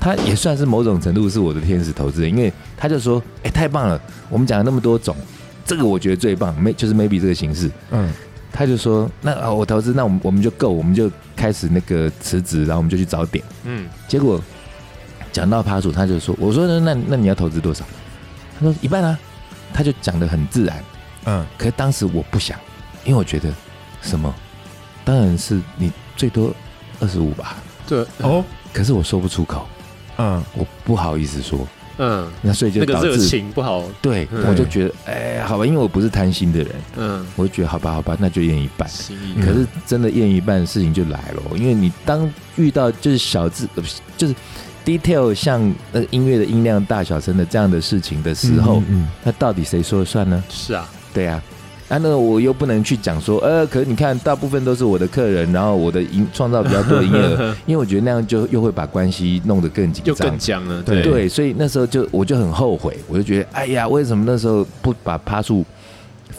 C: 他也算是某种程度是我的天使投资人，因为他就说：“哎、太棒了，我们讲了那么多种，这个我觉得最棒，may 就是 maybe 这个形式。
A: 嗯，”
C: 他就说：“那啊，我投资，那我们我们就够，我们就开始那个辞职，然后我们就去找点。
B: 嗯”
C: 结果讲到趴主，他就说：“我说那那那你要投资多少？”他说：“一半啊。”他就讲的很自然，
A: 嗯，
C: 可是当时我不想，因为我觉得什么，当然是你最多二十五吧。
B: 对，
C: 嗯
A: 哦，
C: 可是我说不出口，
A: 嗯，
C: 我不好意思说，
B: 嗯，
C: 那所以就
B: 那个
C: 导
B: 热
C: 致
B: 情不好，
C: 对，
B: 嗯
C: 我就觉得哎，好吧，因为我不是贪心的人，
B: 嗯，
C: 我就觉得好吧，好吧，那就验一半。
B: 心
A: 嗯
B: 意，
C: 可是真的验一半，事情就来了，哦因为你当遇到就是小字，呃不是就是 detail 像那个音乐的音量大小声的这样的事情的时候，
A: 嗯，
C: 那到底谁说了算呢？
B: 是啊，
C: 对呀、啊。啊，那我又不能去讲说，呃，可是你看，大部分都是我的客人，然后我的营创造比较多的营业额，因为我觉得那样就又会把关系弄得更紧
B: 又
C: 张
B: 更，僵了，
A: 对
C: 对，所以那时候就我就很后悔，我就觉得，哎呀，为什么那时候不把趴数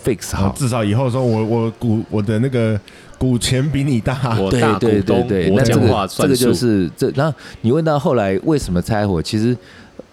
C: fix
A: 好，
C: 好？
A: 至少以后说我我股我的那个股权比你大，
B: 我
C: 啊对
B: 哦大股
C: 对对
B: 东
C: 对，
B: 我
C: 那这
B: 讲话
C: 个这
B: 算
C: 个
B: 数
C: 就是这。然后你问到后来为什么拆伙，其实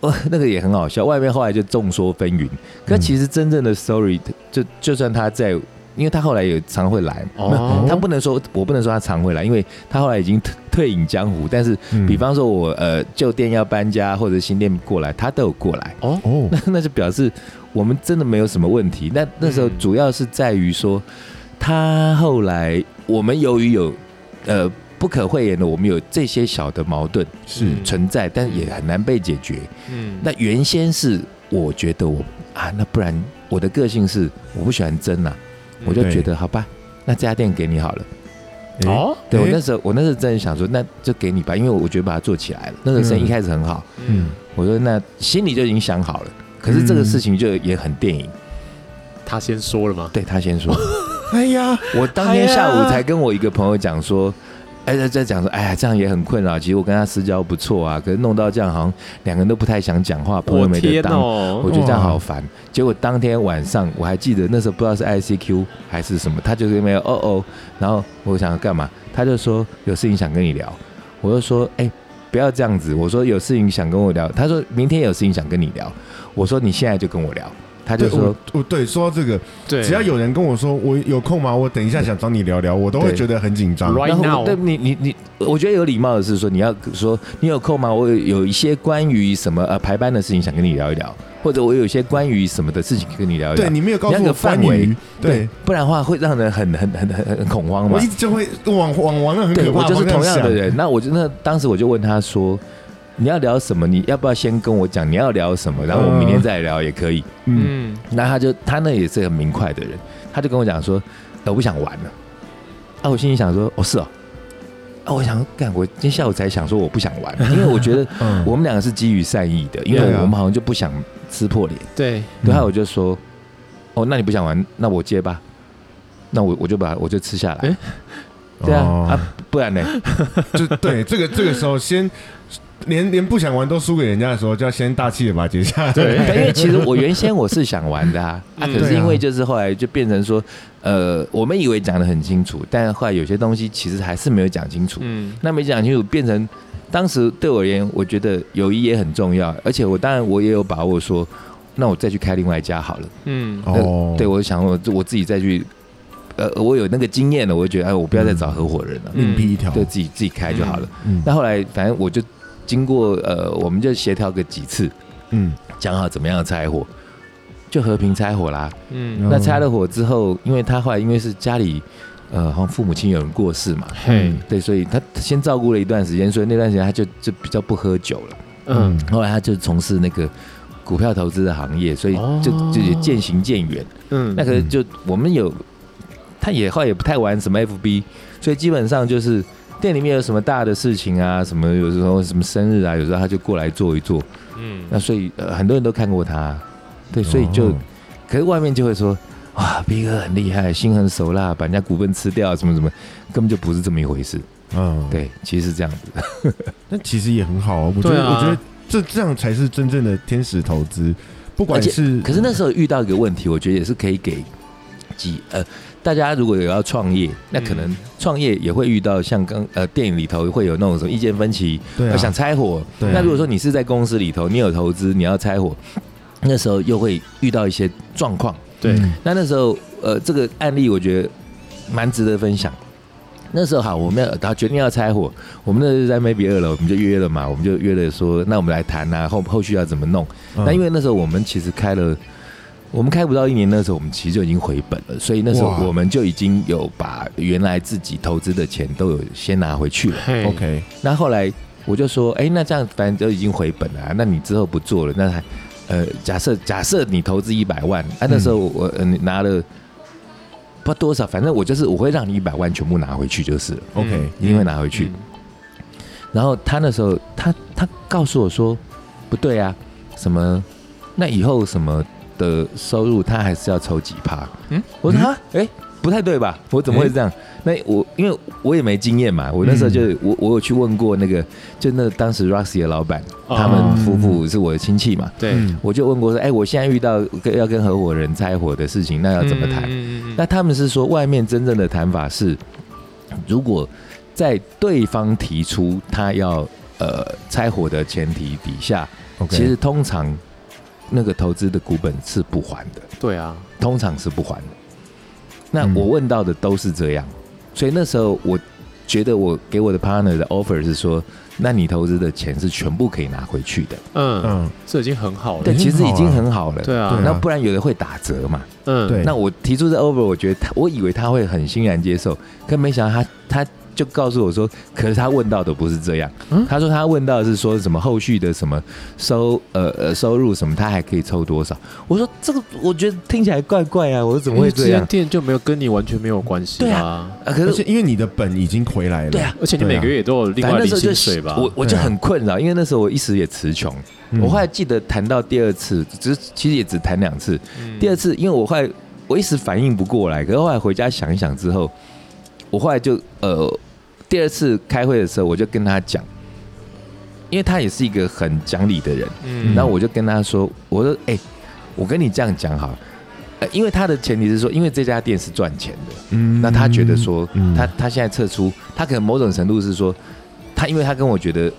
C: 呃那个也很好笑，外面后来就众说纷纭。可
A: 嗯
C: 其实真正的 story，就就算他在，因为他后来也常会来嘛，
B: 哦
C: 他不能说我不能说他常会来，因为他后来已经退退隐江湖。但是
A: 嗯
C: 比方说我呃旧店要搬家或者新店过来，他都有过来。
B: 哦，
A: 哦，
C: 那那就表示我们真的没有什么问题。那那时候
B: 嗯
C: 主要是在于说，他后来我们由于有呃不可讳言的，我们有这些小的矛盾
A: 是
B: 嗯
C: 存在，但也很难被解决。
B: 嗯，
C: 那原先是我觉得我啊，那不然我的个性是我不喜欢争啊，我
A: 嗯
C: 就
A: 对
C: 觉得好吧，那这家店给你好了。
B: 哦，
C: 对我
A: 诶
C: 那时候，我那时候真的想说，那就给你吧，因为我觉得把它做起来了。那个生意
A: 嗯
C: 一开始很好，
A: 嗯
B: 嗯，，
C: 我说那心里就已经想好了。可是这个
A: 嗯
C: 事情就也很电影，
B: 他先说了吗？
C: 对他先说，
A: 哎呀，
C: 我当天下午才跟我一个朋友讲说，哎，在在讲说，哎呀，这样也很困扰。其实我跟他私交不错啊，可是弄到这样，好像两个人都不太想讲话，朋友
B: 我
C: 没得
B: 天
C: 当。
B: 哦
C: 我，觉得这样好烦。结果当天晚上，我还记得那时候不知道是 ICQ 还是什么，他就是没有哦哦，然后我想要干嘛，他就说有事情想跟你聊，我就说哎、不要这样子，我说有事情想跟我聊，他说明天有事情想跟你聊，我说你现在就跟我聊，他就
A: 对，
C: 说
A: 我我对说到这个，
B: 对，
A: 只要有人跟我说我有空吗？我等一下想找你聊聊，我都会
C: 对
A: 觉得很紧张。
B: Right
C: 然后
B: now
C: 对你你你，我觉得有礼貌的是说，你要说你有空吗？我有有一些关于什么呃排班的事情想跟你聊一聊，或者我有一些关于什么的事情跟你聊一聊。
A: 对你没有告
C: 你要
A: 诉
C: 有
A: 我
C: 个
A: 关
C: 范围
A: 于，对，
C: 不然的话会让人很很很很很恐慌嘛
A: 我一。直就会往往往那很
C: 对
A: 可怕
C: 我就是
A: 方向
C: 同样的
A: 想
C: 人，那我就那当时我就问他说，你要聊什么？你要不要先跟我讲你要聊什么？然后我明天再来聊也可以。
A: 嗯，
B: 嗯，
C: 那他就他那也是很明快的人，他就跟我讲说，呃，我不想玩了。啊，我心里想说，哦是哦，啊，我想干，我今天下午才想说我不想 玩，因为我觉得
A: 嗯
C: 我们两个是基于善意的，因为
A: 对啊嗯
C: 我们好像就不想撕破脸。
B: 对，
C: 对，后来我就说，哦，那你不想玩，那我接吧，那我我就把我就吃下来
B: 诶。
C: 对啊，
A: 哦
C: 啊，不然呢？
A: 就 对这个这个时候先连连不想玩都输给人家的时候，就要先大气的把它截下来。
B: 对
C: 但因 为其实我原先我是想玩的啊，啊，
B: 嗯
C: 可是因为就是后来就变成说，呃，我们以为讲的很清楚，但后来有些东西其实还是没有讲清楚。
B: 嗯，
C: 那没讲清楚，变成当时对我而言，我觉得友谊也很重要，而且我当然我也有把握说，那我再去开另外一家好了。呃
B: 嗯，
A: 哦，
C: 对，我想我我自己再去，呃，我有那个经验了，我就觉得哎，我不要再找合伙人了，
B: 嗯
A: 另辟一条。
C: 对自己自己开就好了。
A: 嗯
C: 那后来反正我就经过呃，我们就协调个几次，
A: 嗯，
C: 讲好怎么样拆伙，就和平拆伙啦。
B: 嗯，
C: 那拆了伙之后，因为他后来因为是家里呃，好像父母亲有人过世嘛，
B: 嘿，
C: 对，所以他他先照顾了一段时间，所以那段时间他就就比较不喝酒了。
B: 嗯，
C: 后来他就从事那个股票投资的行业，所以
B: 哦
C: 就就也渐行渐远。
B: 嗯，
C: 那可是就我们有，他也后来也不太玩什么 FB，所以基本上就是店里面有什么大的事情啊，什么有时候什么生日啊，有时候他就过来坐一坐。
B: 嗯，
C: 那所以、呃很多人都看过他，对，所以就、
A: 哦
C: 可是外面就会说。哇，逼哥很厉害，心狠手辣，把人家股份吃掉，啊什么什么，根本就不是这么一回事。
A: 嗯，
C: 对，其实是这样子。
A: 那其实也很好啊。我觉
B: 对
A: 得，
B: 啊
A: 我觉得这这样才是真正的天使投资，不管
C: 而且
A: 是
C: 可是那时候遇到一个问题，我觉得也是可以给几呃，大家如果有要创业，那可能
B: 嗯
C: 创业也会遇到像刚呃电影里头会有那种什么意见分歧，
A: 对
C: 呃
A: 啊，
C: 想拆伙。
A: 对啊
C: 那如果说你是在公司里头，你有投资，你要拆伙，那时候又会遇到一些状况。
B: 对，
A: 嗯
C: 那那时候呃，这个案例我觉得蛮值得分享。那时候好，我们要他决定要拆伙，我们那时候在 maybe 二楼，我们就约了嘛，我们就约了说，那我们来谈啊，后后续要怎么弄。
A: 嗯
C: 那因为那时候我们其实开了，我们开不到一年，那时候我们其实就已经回本了，所以那时候
A: 哇
C: 我们就已经有把原来自己投资的钱都有先拿回去了。
B: 嘿
A: OK，
C: 那后来我就说，哎、那这样反正都已经回本了啊、那你之后不做了，那还呃，假设假设你投资一百万，啊，那时候我、呃、你拿了。不知道多少，反正我就是我会让你一百万全部拿回去就是了，
A: OK，
B: 嗯
C: 一定会拿回去。，然后他那时候，他他告诉我说，不对啊，什么？那以后什么的收入，他还是要抽几趴？
B: 嗯
C: 嗯，我说啊，哎、不太对吧？我怎么会这样？那我因为我也没经验嘛，我那时候就、我我有去问过那个，就那当时 Roxy 的老板，
B: 哦
C: 他们夫妇是我的亲戚嘛，
B: 对，
A: 嗯
C: 我就问过说，哎、我现在遇到跟要跟合伙人拆伙的事情，那要怎么谈？
B: 嗯？嗯嗯嗯
C: 那他们是说，外面真正的谈法是，如果在对方提出他要呃拆伙的前提底下，
A: ，OK，
C: 其实通常那个投资的股本是不还的，
B: 对啊，
C: 通常是不还的。那
A: 嗯
C: 我问到的都是这样，所以那时候我觉得我给我的 partner 的 offer 是说，那你投资的钱是全部可以拿回去的，
B: 嗯，
A: 嗯，
B: 哦这已经很好了
C: 对，，
A: 已经
C: 其实已
A: 好
C: 经
A: 了
C: 很好了。
B: 对啊
A: 对，
C: 那不然有的会打折嘛，
B: 嗯，
A: 对
C: 那我提出这 over，我觉得他，我以为他会很欣然接受，可没想到他他就告诉我说，可是他问到的不是这样，
B: 嗯
C: 他说他问到的是说什么后续的什么收呃呃收入什么，他还可以抽多少？我说这个我觉得听起来怪怪啊，我说怎么会
B: 因
C: 这
B: 为
C: 样
B: 间？店就没有跟你完全没有关系
C: 对
B: 啊，
C: 啊，可
A: 而
C: 是
A: 且因为你的本已经回来了，
C: 对啊，
B: 而且你
A: 对啊
B: 每个月也都有另
C: 反
B: 外
C: 正那
B: 领
C: 时候
B: 薪水
C: 就
B: 吧？
C: 我我就
A: 对啊
C: 很困扰，因为那时候我一时也词穷，
A: 嗯
C: 我后来记得谈到第二次，只是其实也只谈两次，
B: 嗯
C: 第二次，因为我后来我一时反应不过来，可是后来回家想一想之后，我后来就呃，第二次开会的时候，我就跟他讲，因为他也是一个很讲理的人，
B: 嗯
C: 然后我就跟他说，我说，哎、我跟你这样讲好了，呃，因为他的前提是说，因为这家店是赚钱的，
A: 嗯
C: 那他觉得说，
A: 嗯
C: 他他现在撤出，他可能某种程度是说，他因为他跟我觉得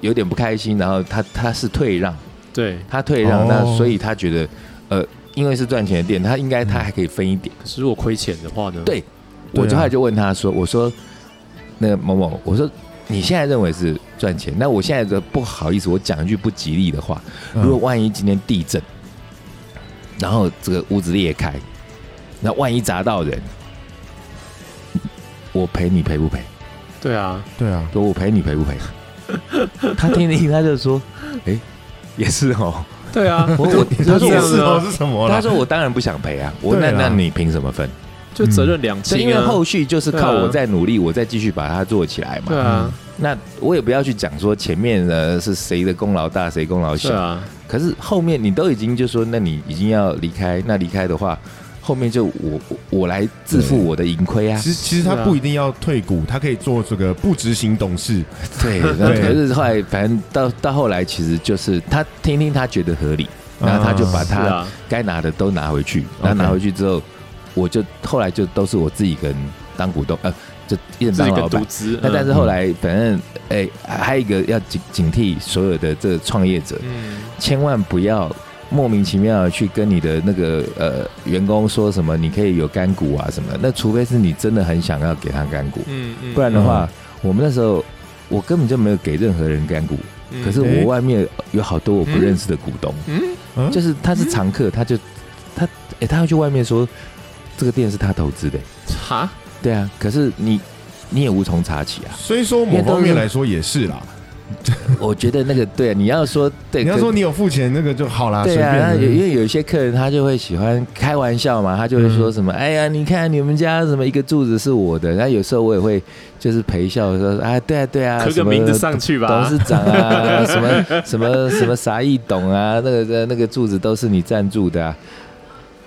C: 有点不开心，然后他他是退让，
B: 对，
C: 他退让，
A: 哦
C: 那所以他觉得，呃，因为是赚钱的店，他应该他还可以分一点。
B: 可是如果亏钱的话呢？
C: 对
A: 对啊
C: 我就后来就问他说：“我说，那个某某，我说你现在认为是赚钱，那我现在的不好意思，我讲一句不吉利的话，
A: 嗯
C: 如果万一今天地震，然后这个屋子裂开，那万一砸到人，我赔你赔不赔？
B: 对啊，
A: 对啊，
C: 说我赔你赔 不赔？”他听了一听，他就说：“哎、也是哦。
B: 对啊，
C: 我我哦
B: 他
C: 他
B: 说这
C: 说
A: 这
B: 样
A: 样
B: 子
A: 子
B: 啊
A: 是什么
C: 我
A: 啦？
C: 他说我当然不想赔啊，我
A: 对
C: 那
A: 啦
C: 那你凭什么分？
B: 就责任两
C: 嗯对，因
B: 清
C: 为
B: 啊
C: 后，续就是靠我在努力，我再继续把它做起来嘛。
B: 对啊，
C: 那我也不要去讲说前面呃是谁的功劳大，谁功劳
B: 是
C: 小。
B: 啊，
C: 可是后面你都已经就说，那你已经要离开，那离开的话，后面就我我我来自负我的盈亏啊。
A: 其实其实他
B: 是啊
A: 不一定要退股，他可以做这个不执行董事。
C: 对， 那
A: 对
C: 可是后来反正到到后来，其实就是他听听他觉得合理，然后他就把
B: 啊是
C: 他
B: 啊，
C: 该拿的都拿回去，
A: OK
C: 然后拿回去之后，我就后来就都是我自己跟当股东，呃，就一人
B: 自
C: 当
B: 己
C: 老
B: 跟
C: 板
B: 独。资，
C: 那但是
B: 嗯
C: 后来，反正哎、还有一个要警警惕所有的这个创业者，
B: 嗯，
C: 千万不要莫名其妙的去跟你的那个呃员工说什么你可以有干股啊什么的，那除非是你真的很想要给他干股，
B: 嗯嗯，
C: 不然的话，我们那时候我根本就没有给任何人干股，
B: 嗯，
C: 可是
A: 诶
C: 我外面有好多我不认识的股东，
B: 嗯，
A: 嗯
C: 就是他是常客，他就他哎、他会去外面说这个店是他投资的、
B: 哈，
C: 对啊，可是你你也无从查起啊，
A: 所以说某方面来说也是啦。
C: 我觉得那个对、啊，你要说对，
A: 你要
C: 可
A: 说你有付钱那个就好啦，随
C: 对啊，那有因
A: 便。
C: 为有一些客人他就会喜欢开玩笑嘛，他就会说什么：“哎呀，你看你们家什么一个柱子是我的。”那有时候我也会就是陪笑说：“啊，对啊，对啊，
B: 刻
C: 什
B: 个
C: 么
B: 名字上去
C: 董
B: 吧
C: 事，长啊，什么 什么什么啥一董啊，那个那个柱子都是你赞助的、啊。”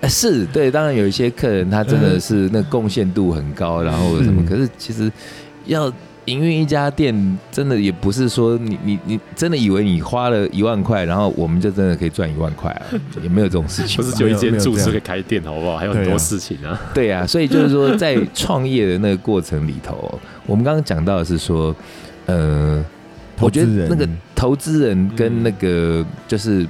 C: 啊是对，当然有一些客人他真的是
B: 嗯
C: 那贡献度很高，然后什么，
A: 是
C: 可是其实要营运一家店，真的也不是说你你你真的以为你花了一万块，然后我们就真的可以赚一万块啊，也没有这种事情
B: 不
C: 吧。
B: 是只有一间
A: 没有没有
B: 住
A: 这
B: 址
A: 样
B: 可以开店，好不好？还有很
A: 对啊
B: 多事情啊，
C: 对啊，所以就是说，在创业的那个过程里头， 我们刚刚讲到的是说，呃，
A: 投
C: 我
A: 资
C: 觉得
A: 人
C: 那个投资人跟那
B: 嗯
C: 个就是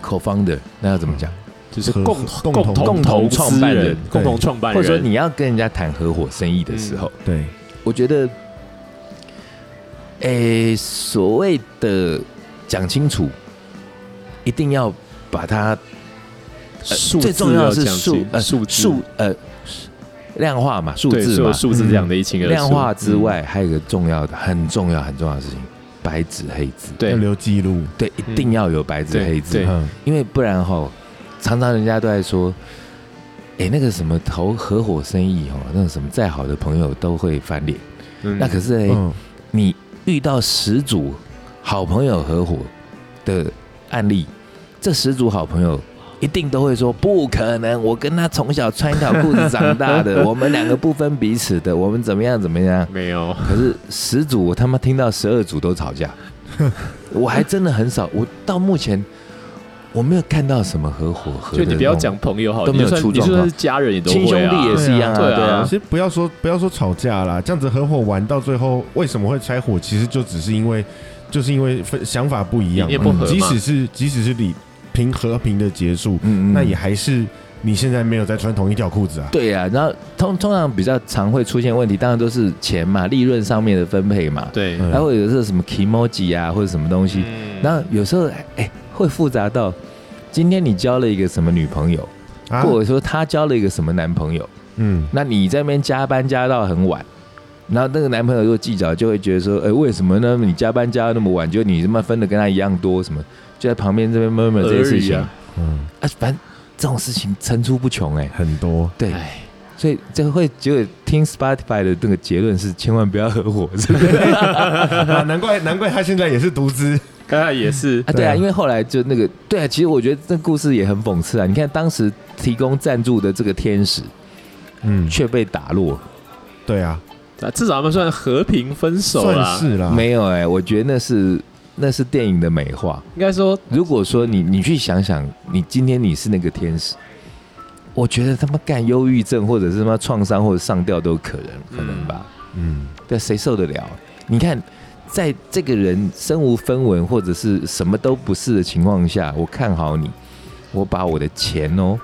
C: 口方的，那要怎么讲？
B: 就是
A: 合
B: 共
A: 共
B: 共
A: 同
B: 同
C: 共同
B: 投资
C: 创办人
B: 人，共同创办
C: 或
B: 人，
C: 者说你要跟人家谈合伙生意的时候，
B: 嗯
A: 对，
C: 我觉得，诶、所谓的讲清楚，一定要把它
B: 数
C: 最
B: 字
C: 重要的是
B: 讲
C: 数
B: 清
C: 呃
B: 数字
C: 数呃量化嘛，数
B: 对
C: 字
B: 所有
C: 嘛，嗯
B: 数字嗯这样的一清二楚
C: 量化之，外，还有一个重要的、很重要、很重要的事情，白纸黑字
B: 嗯。
A: 要
B: 对
A: 留记录。
C: 对，一定要有白纸
B: 对
C: 黑字
B: 对，
A: 嗯，
C: 因为不然哈，常常人家都在说，哎、那个什么投合伙生意哦，那个什么再好的朋友都会翻脸。
B: 嗯
C: 那可是哎、
A: 嗯
C: 你遇到十组好朋友合伙的案例，这十组好朋友一定都会说不可能，我跟他从小穿一条裤子长大 的，我们两个不分彼此的，我们怎么样怎么样。
B: 没有，
C: 可是十组我他妈听到十二组都 吵架，我还真的很少，我到目前我没有看到什么合伙合
B: 就
C: 的
B: 你
A: 哦
B: 不要讲朋友好，
C: 都
B: 你
C: 没有
B: 就算
C: 出
B: 你
C: 状
B: 就算
C: 况
B: 是家人也都
C: 亲兄
B: 会啊
C: 弟也是一样啊，
B: 对啊
C: 对
B: 啊
C: 啊
A: 其，实不要说不要说吵架啦，这样子合伙玩到最后为什么会拆伙？其实就只是因为就是因为分想法不一样
B: 理念
A: 嘛，
B: 不合嘛
A: 即使是即使是理平和平的结束，
C: 嗯
A: 那也还是你现在没有在穿同一条裤子啊。
C: 对啊。然后通通常比较常会出现问题，当然都是钱嘛，利润上面的分配嘛，
B: 对，啊
A: 嗯
C: 还有有是什么 k i m o j i 啊，或者什么东西。
B: 嗯
C: 然后有时候哎、会复杂到今天你交了一个什么女朋友，
A: 啊，
C: 或者说他交了一个什么男朋友。
A: 嗯，
C: 那你在那边加班加到很晚，然后那个男朋友如果计较，就会觉得说，哎、为什么呢？你加班加到那么晚，就你他妈分的跟他一样多，什么就在旁边这边 murmur 这些事
B: 而
C: 情
B: 已
C: 啊
B: 啊，
A: 嗯，
C: 反正这种事情层出不穷哎、
A: 很多。
C: 对，
B: 哎，
C: 所以这会结果听 Spotify 的那个结论是，千万不要合伙，是不是？
A: 啊，难怪难怪他现在也是独资，
B: 啊也 是
C: 啊，对
A: 对
C: 啊，
A: 啊
C: 因为后来就那个，对啊，其实我觉得这故事也很讽刺啊。你看当时提供赞助的这个天使
A: 嗯，
C: 却被打落，
A: 对啊，
B: 啊至少他们算和平分手
A: 算
B: 啦。
A: 是啦，
C: 没有哎、我觉得那是那是电影的美化。
B: 应该说，
C: 如果说你你去想想，你今天你是那个天使，我觉得他妈干忧郁症或者是他妈创伤或者上吊都有可能可能吧？
A: 嗯，
C: 对，谁受得了？你看，在这个人身无分文或者是什么都不是的情况下，我看好你，我把我的钱哦，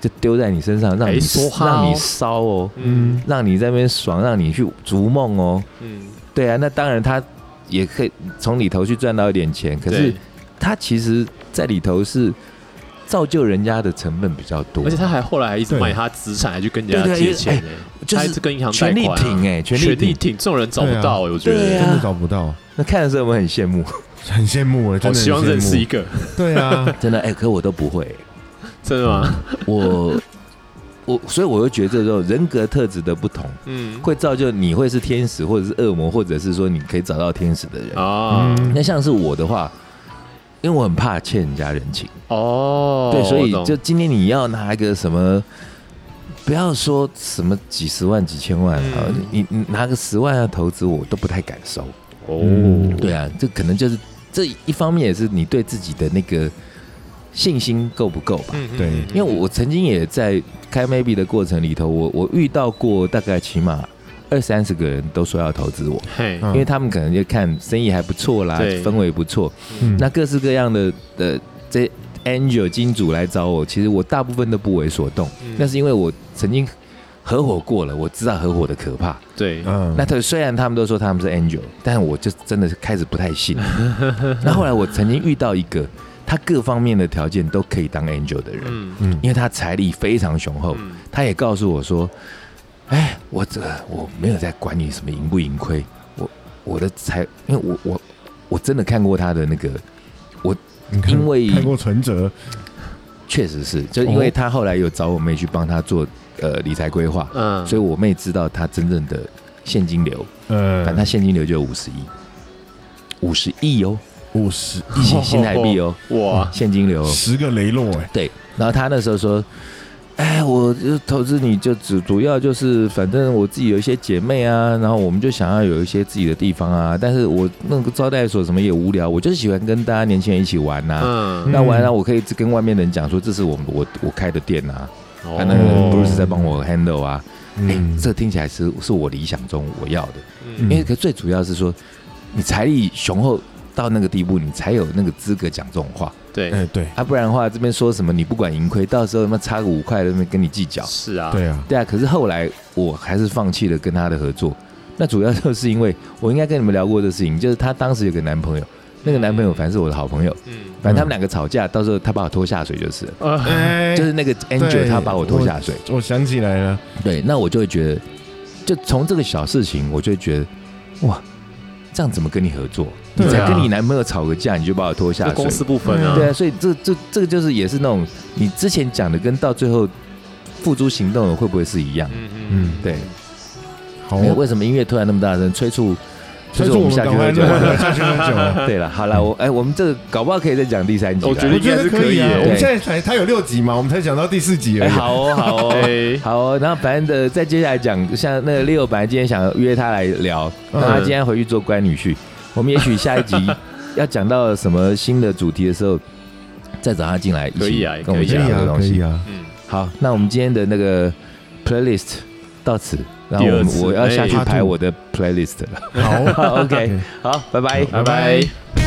C: 就丢在你身上，让你、
B: 哎说话哦
C: 让你烧哦，
B: 嗯
C: 让你在那边爽，让你去逐梦哦。
B: 嗯，
C: 对啊，那当然他也可以从里头去赚到一点钱，可是
B: 对
C: 他其实在里头是造就人家的成本比较多，
B: 而且他还后来还一直
A: 对
B: 卖他资产，还去跟人家
C: 对对
B: 借钱
C: 哎
B: 呢、
C: 就
B: 他还
C: 是
B: 一直跟银行贷
C: 权力
B: 款、啊。
C: 挺哎、权力
B: 权力
C: 挺。
B: 挺，这种人找不
A: 对啊
B: 到、欸，我觉
C: 对
B: 得
C: 啊
A: 真的找不到，
C: 那看的时候我们很羡慕，
A: 很羡慕哎，真
B: 好
A: 的很
B: 希望
A: 羡
B: 认识
A: 慕
B: 一个，
A: 对 啊，
C: 真的哎、可我都不会、
B: 真的吗？
C: 我我，所以我就觉得这种人格特质的不同，
B: 嗯，
C: 啊会造就你会是天使，或者是恶魔，或者是说你可以找到天使的人。
B: 啊，
A: 嗯
C: 那像是我的话，因为我很怕欠人家人情，
B: 哦，
C: 对，所以
B: 我懂
C: 就今天你要拿一个什么。不要说什么几十万、几千万啊、
B: 嗯
C: 你你拿个十万要投资，我都不太敢收。
B: 哦
A: 嗯，
C: 对啊，这可能就是这一方面也是你对自己的那个信心够不够吧。
B: 嗯，嗯
A: 对
B: 嗯
C: 因为我曾经也在开 maybe 的过程里头，我我遇到过大概起码二三十个人都说要投资我，
B: 嘿，
A: 嗯
C: 因为他们可能就看生意还不错啦，
B: 对
C: 氛围不错，
A: 嗯
C: 那各式各样的呃这 angel 金主来找我，其实我大部分都不为所动，
B: 嗯
C: 那是因为我曾经合伙过了，我知道合伙的可怕。
B: 对，
A: 嗯，
C: 那他虽然他们都说他们是 angel，但我就真的是开始不 太信。那后来我曾经遇到一个，他各方面的条件都可以当 angel 的人。
B: 嗯
A: 嗯
C: 因为他财力非常雄厚，
B: 嗯
C: 他也告诉我说：“哎，我这我没有在管你什么盈不盈亏，我我的财，因为我我我真的看过他的那个，
A: 你看
C: 因为
A: 看过存折，
C: 确实是，就因为他后来有找我妹去帮他做呃理财规划，
B: 嗯，
C: 所以我妹知道他真正的现金流，
A: 呃，
C: 反正他现金流就有五十亿，嗯五十亿哦，
A: 五十
C: 新新台币哦，
B: 哇，
C: 现金流哦、
A: 十个雷洛哎，
C: 对，然后他那时候说：“哎，我就投资你就主主要就是，反正我自己有一些姐妹啊，然后我们就想要有一些自己的地方啊。但是我那个招待所什么也无聊，我就是喜欢跟大家年轻人一起玩呐、
B: 嗯，
C: 那玩了、啊
A: 嗯
C: 我可以跟外面的人讲说，这是我们我我开的店啊，
B: 哦
C: 啊，那个 Bruce 在帮我 handle 啊，哎、
A: 嗯，
C: 这听起来是是我理想中我要的，
B: 嗯
C: 因为可最主要是说，你财力雄厚到那个地步，你才有那个资格讲这种话。
B: 对，
A: 哎对
C: 啊，不然的话，这边说什么你不管盈亏，到时候他妈差个五块，那边跟你计较。
B: 是啊，
A: 对啊，
C: 对啊，可是后来我还是放弃了跟他的合作。那主要就是因为我应该跟你们聊过的事情，就是她当时有个男朋友，那个男朋友反正是我的好朋友，
B: 嗯，
C: 反正他们两个吵架，到时候他把我拖下水就是了，
B: 呃，
A: 哎
C: 啊就是那个
A: 对
C: Angel 他把我拖下水。
A: 我想起来了，
C: 对，那我就会觉得，就从这个小事情，我就会觉得，哇，这样怎么跟你合作？你
A: 对
C: 才
A: 啊
C: 跟你男朋友吵个架，你就把我拖下
B: 这
C: 水
B: 公，私不分啊，
C: 对啊，所以这这这个就是也是那种你之前讲的跟到最后付诸行动的会不会是一样？
B: 嗯嗯
A: 嗯
C: 对，
A: 好
C: 哎
A: 哦，
C: 为什么音乐突然那么大声，催促
A: 所
C: 催
A: 以
C: 促
A: 说
C: 我
A: 我
C: 们
A: 们
C: 下去
A: 赶快
C: 喝酒
A: 录？完 下去喝酒了。
C: 对了，好了，我哎，我们这个搞不好可以再讲第三集吧。
B: 嗯我觉得
A: 我觉得可以啊
B: 应该是可以耶，
A: 我们现在才它有六集嘛，我们才讲到第四集而
C: 哎，
A: 已。
C: 好哦，好哦。
B: 哎，
C: 好、哦，然后反正的，再接下来讲，像那个 Leo 本来今天想约他来聊，
A: 嗯
C: 那他今天回去做乖女婿，我们也许下一集要讲到什么新的主题的时候，再找他进来一
B: 可以
C: 起
B: 啊
C: 跟我们
B: 可以
C: 讲
B: 啊
C: 这个东西。
A: 啊，
B: 嗯，
C: 好，那我们今天的那个 playlist 到此，然后
B: 第
C: 我
B: 二
C: 们
B: 次
C: 我要下去
A: 哎 啊
C: 排我的 playlist 了。
A: 好
C: OK，好，拜拜。
B: 拜拜。